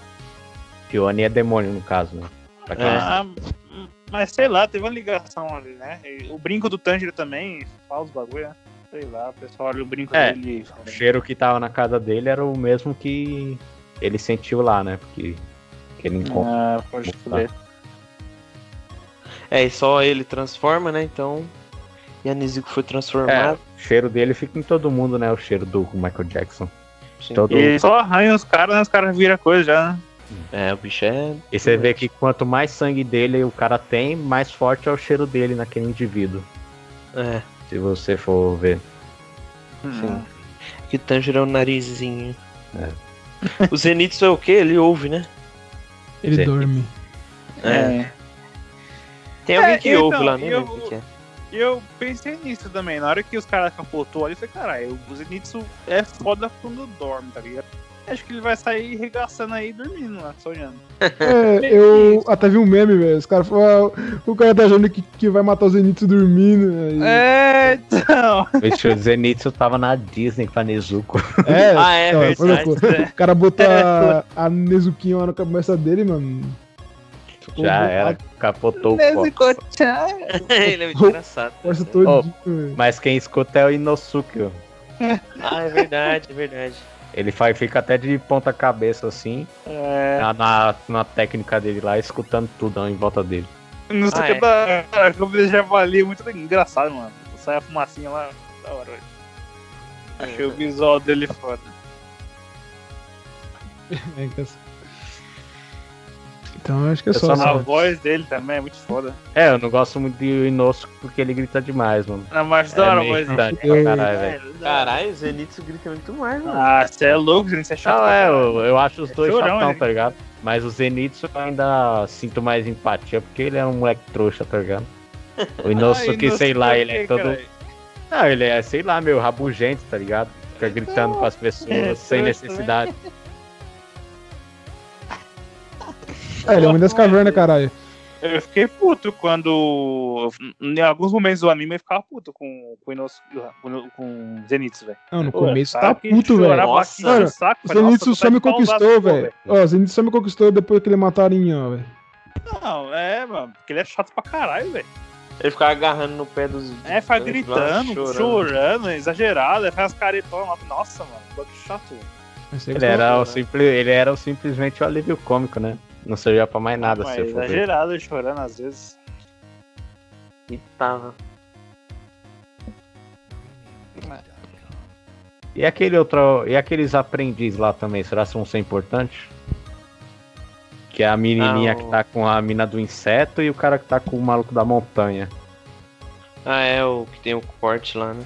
S2: Que Oni é demônio, no caso, né? Pra quem não
S3: Ah, m- mas sei lá, teve uma ligação ali, né? E O brinco do Tanjiro também fala os bagulho, né? Sei lá, o pessoal olha o brinco
S2: É.
S3: dele. e fala,
S2: O cheiro que tava na casa dele era o mesmo que ele sentiu lá, né? Porque que ele encontra.
S3: Ah, pode crer.
S4: É, e só ele transforma, né? Então. E a Nezuko foi
S2: É,
S3: Ah.
S4: transformada.
S2: o cheiro dele fica em todo mundo, né? O cheiro do Michael Jackson.
S4: Sim.
S2: Todo...
S3: E só arranha os caras, né? Os caras viram coisa já, né?
S4: É, o bicho é.
S2: E você vê que quanto mais sangue dele o cara tem, mais forte é o cheiro dele naquele indivíduo.
S4: É.
S2: Se você for ver.
S3: Hum.
S4: Que o Tanjiro é o narizinho. O Zenitsu é o quê? Ele ouve, né?
S1: Ele
S2: Zé.
S1: dorme.
S4: É.
S3: É.
S4: Tem alguém
S3: É,
S4: que
S3: então,
S4: ouve lá, né?
S3: eu-
S4: lembro o que que é.
S3: E eu pensei nisso também. Na hora que os caras capotou ali, eu falei, caralho, o Zenitsu é foda quando dorme, tá ligado? Acho que ele vai sair regaçando aí e dormindo lá, sonhando.
S1: É, eu até vi um meme, velho. Os caras falaram, ah, o cara tá achando que, que vai matar o Zenitsu dormindo. né?
S3: É, então.
S2: Vixe, o Zenitsu tava na Disney com a Nezuko.
S1: é
S4: Ah, é
S1: Não, foi
S4: verdade.
S1: loucura. O cara botou a, a Nezuquinha lá na cabeça dele, mano.
S3: Uhum.
S1: Ficou
S2: Já
S1: botado,
S2: era, capotou o copo.
S4: ele é muito engraçado.
S1: Força todinho, velho.
S2: Mas quem escuta é o Inosuke. ó.
S4: Ah, é verdade, é verdade.
S2: Ele faz, fica até de ponta cabeça assim,
S3: É,
S2: na, na, na técnica dele lá, escutando tudo ó, em volta dele.
S3: não sei o
S4: Ah,
S3: que
S4: é.
S3: da. Cara, como ele já valia, muito engraçado, mano. Sai a fumacinha lá, da hora, velho. Achei
S4: É
S3: o visual dele foda.
S1: É, engraçado. Então eu acho que é
S2: Eu
S1: só.
S2: só
S1: essa.
S3: A
S2: não-
S3: voz dele também é muito foda.
S2: É, eu não gosto muito de Inosuke porque ele grita demais, mano.
S3: Não, mas
S2: É
S3: da hora a
S2: meio
S3: voz dele.
S2: irritante pra caralho, velho.
S3: É, da hora.
S4: Caralho, o Zenitsu grita muito mais, mano.
S3: Ah, você é louco, gente. Você é chato.
S2: Não, é, eu, eu acho os dois
S3: chorão,
S2: chatão,
S3: ele.
S2: tá ligado? Mas o Zenitsu eu ainda sinto mais empatia porque ele é um moleque trouxa, tá ligado? O Inosuke, sei lá, ele é todo. Não, ele é, sei lá, meu, rabugento, tá ligado? Fica gritando com as
S3: É,
S2: pessoas sem
S3: trouxa,
S2: necessidade.
S1: É, ele é um das cavernas, caralho.
S3: Eu fiquei puto quando. Em alguns momentos do anime eu ficava puto com, com, o Inosu- com, com o Zenitsu, velho.
S1: Não, no
S2: Pô,
S1: começo
S3: Sabe
S1: tá
S3: que
S1: puto,
S3: chorava
S1: velho.
S4: velho.
S3: aqui no
S1: Mano,
S3: saco,
S1: O
S3: falei, nossa,
S1: Zenitsu só me
S3: vontade de dar um
S1: conquistou,
S3: laço,
S1: velho. Ó, o Zenitsu só me conquistou depois que ele matou a Arinhã, velho.
S3: Não, é, mano, porque ele é chato pra caralho, velho.
S4: Ele ficava agarrando no pé dos.
S3: É, faz
S4: dos-
S3: gritando, chorando, exagerado, é, faz as caretonas lá. Nossa, mano, bagulho chato. velho.
S1: Mas você
S2: Ele
S1: gostava?
S2: era, o
S4: né?
S2: simples, ele era o simplesmente o alívio cômico, né? Não servia pra mais nada,
S3: Mas
S2: se eu for ver.
S3: exagerado e chorando às vezes.
S4: Gritava.
S2: E aquele outro. E aqueles aprendiz lá também, será que vão ser importantes? Que é a menininha
S4: Ah, o-
S2: que tá com a mina do inseto e o cara que tá com o maluco da montanha.
S4: Ah, é o que tem o corte lá, né?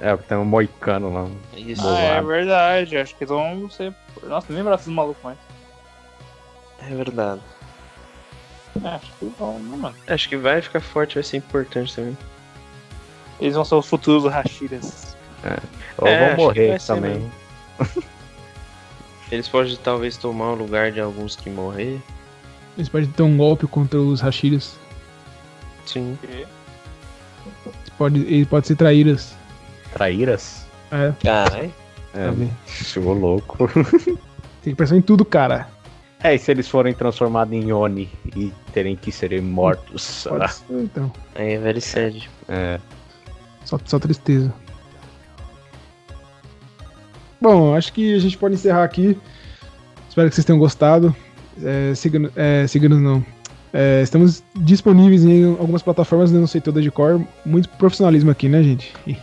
S2: É, o que tem um moicano lá.
S4: Isso.
S3: Ah, é
S2: Bolado.
S3: verdade, acho que então não sei. Nossa, nem lembro desses malucos mais.
S4: é. verdade.
S3: É, acho que vão, né, mano?
S4: Acho que vai ficar forte, vai ser importante também.
S3: Eles vão ser os futuros Hashiras.
S2: Ou
S4: É,
S2: vão
S4: acho que vai
S2: morrer
S4: ser
S2: também.
S4: mesmo. Eles podem talvez tomar o lugar de alguns que morrer.
S1: Eles podem ter um golpe contra os Hashiras.
S4: Sim.
S1: Eles podem ele pode ser traíras.
S2: Traíras?
S1: É,
S4: Caralho.
S2: É,
S1: sabe?
S2: chegou louco.
S1: Tem que pensar em tudo, cara.
S2: É, e se eles forem transformados em Oni e terem que serem mortos?
S1: Pode ser, então.
S4: Aí é velho sede.
S2: É.
S1: Só, só tristeza. Bom, acho que a gente pode encerrar aqui. Espero que vocês tenham gostado. É, siga- é, siga-nos não. É, estamos disponíveis em algumas plataformas, eu não sei todas de cor. Muito profissionalismo aqui, né, gente?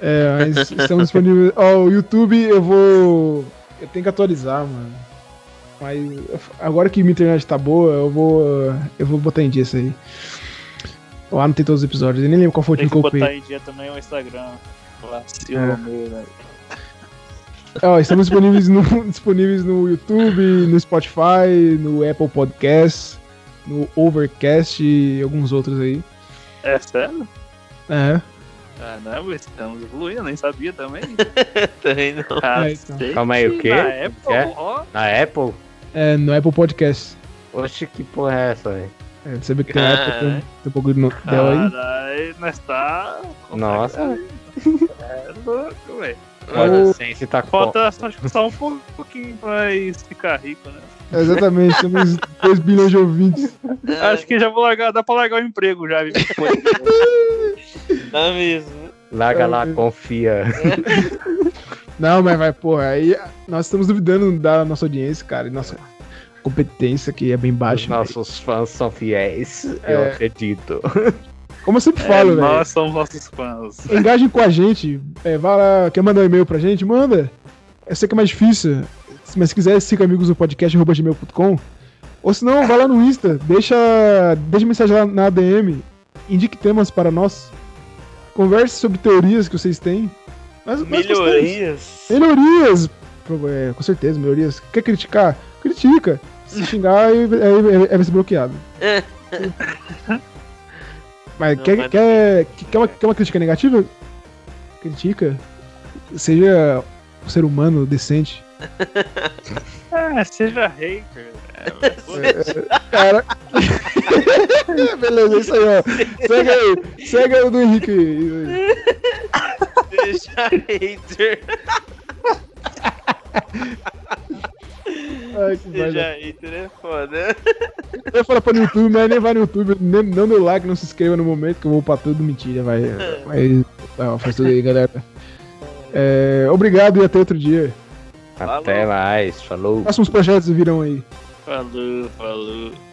S1: é, mas estamos disponíveis. Ó, o YouTube eu vou. Eu tenho que atualizar, mano. Mas agora que minha internet tá boa, eu vou. Eu vou botar em dia isso aí. Lá não tem todos os episódios, eu nem lembro qual foi o
S3: Tem
S1: último
S3: que
S1: eu
S3: botar em dia também o né? Instagram. Lá, Silvio
S1: É.
S3: Almeida.
S1: Ó, estamos disponíveis no, disponíveis no YouTube, no Spotify, no Apple Podcasts, no Overcast e alguns outros aí.
S3: É sério?
S1: É.
S3: Caramba, estamos evoluindo, nem sabia também.
S4: Também não.
S3: Ah,
S1: É, então.
S3: sei
S2: É, então. Calma aí, o
S3: que
S2: quê?
S3: Na época,
S2: quê?
S3: ó,
S2: Na Apple?
S1: É, no Apple Podcasts.
S2: Oxe, que porra é essa, velho?
S1: É, você vê que tem, Apple, tem, um- tem um pouco de no- dela aí.
S3: caralho, nós tá.
S2: Nossa.
S3: É louco, velho.
S2: Olha, sem se tá com.
S3: Falta só, acho que só um pou- pouquinho pra isso ficar rico, né?
S1: É, Exatamente, temos 2 bilhões de ouvintes.
S4: né?
S3: Acho que já vou largar, dá pra largar o emprego já. viu?
S4: Dá Tá mesmo.
S2: Larga lá, confia.
S1: Não, mas vai, porra, aí nós estamos duvidando da nossa audiência, cara, e nossa competência, que é bem
S2: Os
S1: baixa.
S2: nossos fãs são fiéis, eu
S1: É.
S2: acredito.
S1: velho. Como eu sempre
S3: É,
S1: falo, velho.
S3: nós somos nossos fãs.
S1: engajem com a gente. É, vai lá, quer mandar um e-mail pra gente? Manda. Eu sei que é mais difícil, mas se quiser, siga amigos do podcast, arroba gmail.com. Ou se não, vai lá no Insta, deixa, deixa mensagem lá na DM, indique temas para nós, converse sobre teorias que vocês têm. Nós- nós
S3: É
S1: gostamos.
S4: Melhorias.
S1: Melhorias! Pro- é, com certeza, melhorias. Quer criticar? Critica. Se xingar, aí aí- aí vai ser bloqueado. Mas
S4: Não,
S1: quer,
S4: mas-
S1: Quer, quer, uma, quer uma crítica negativa? Critica. Seja um ser humano decente.
S3: É, seja hater.
S1: Cara. Beleza, é isso aí, ó. Segue aí. Segue o do Henrique. aí.
S4: Deixa hater.
S1: Ai, que
S4: Seja
S1: merda.
S4: hater é foda.
S1: Eu ia falar pra no YouTube, mas nem vai no YouTube. Nem, não dê o like, não se inscreva no momento que eu vou pra tudo. Mentira, vai. vai tá, faz tudo aí, galera. É, obrigado e até outro dia.
S2: Até mais, falou.
S1: Próximos projetos virão aí.
S3: Falou, falou.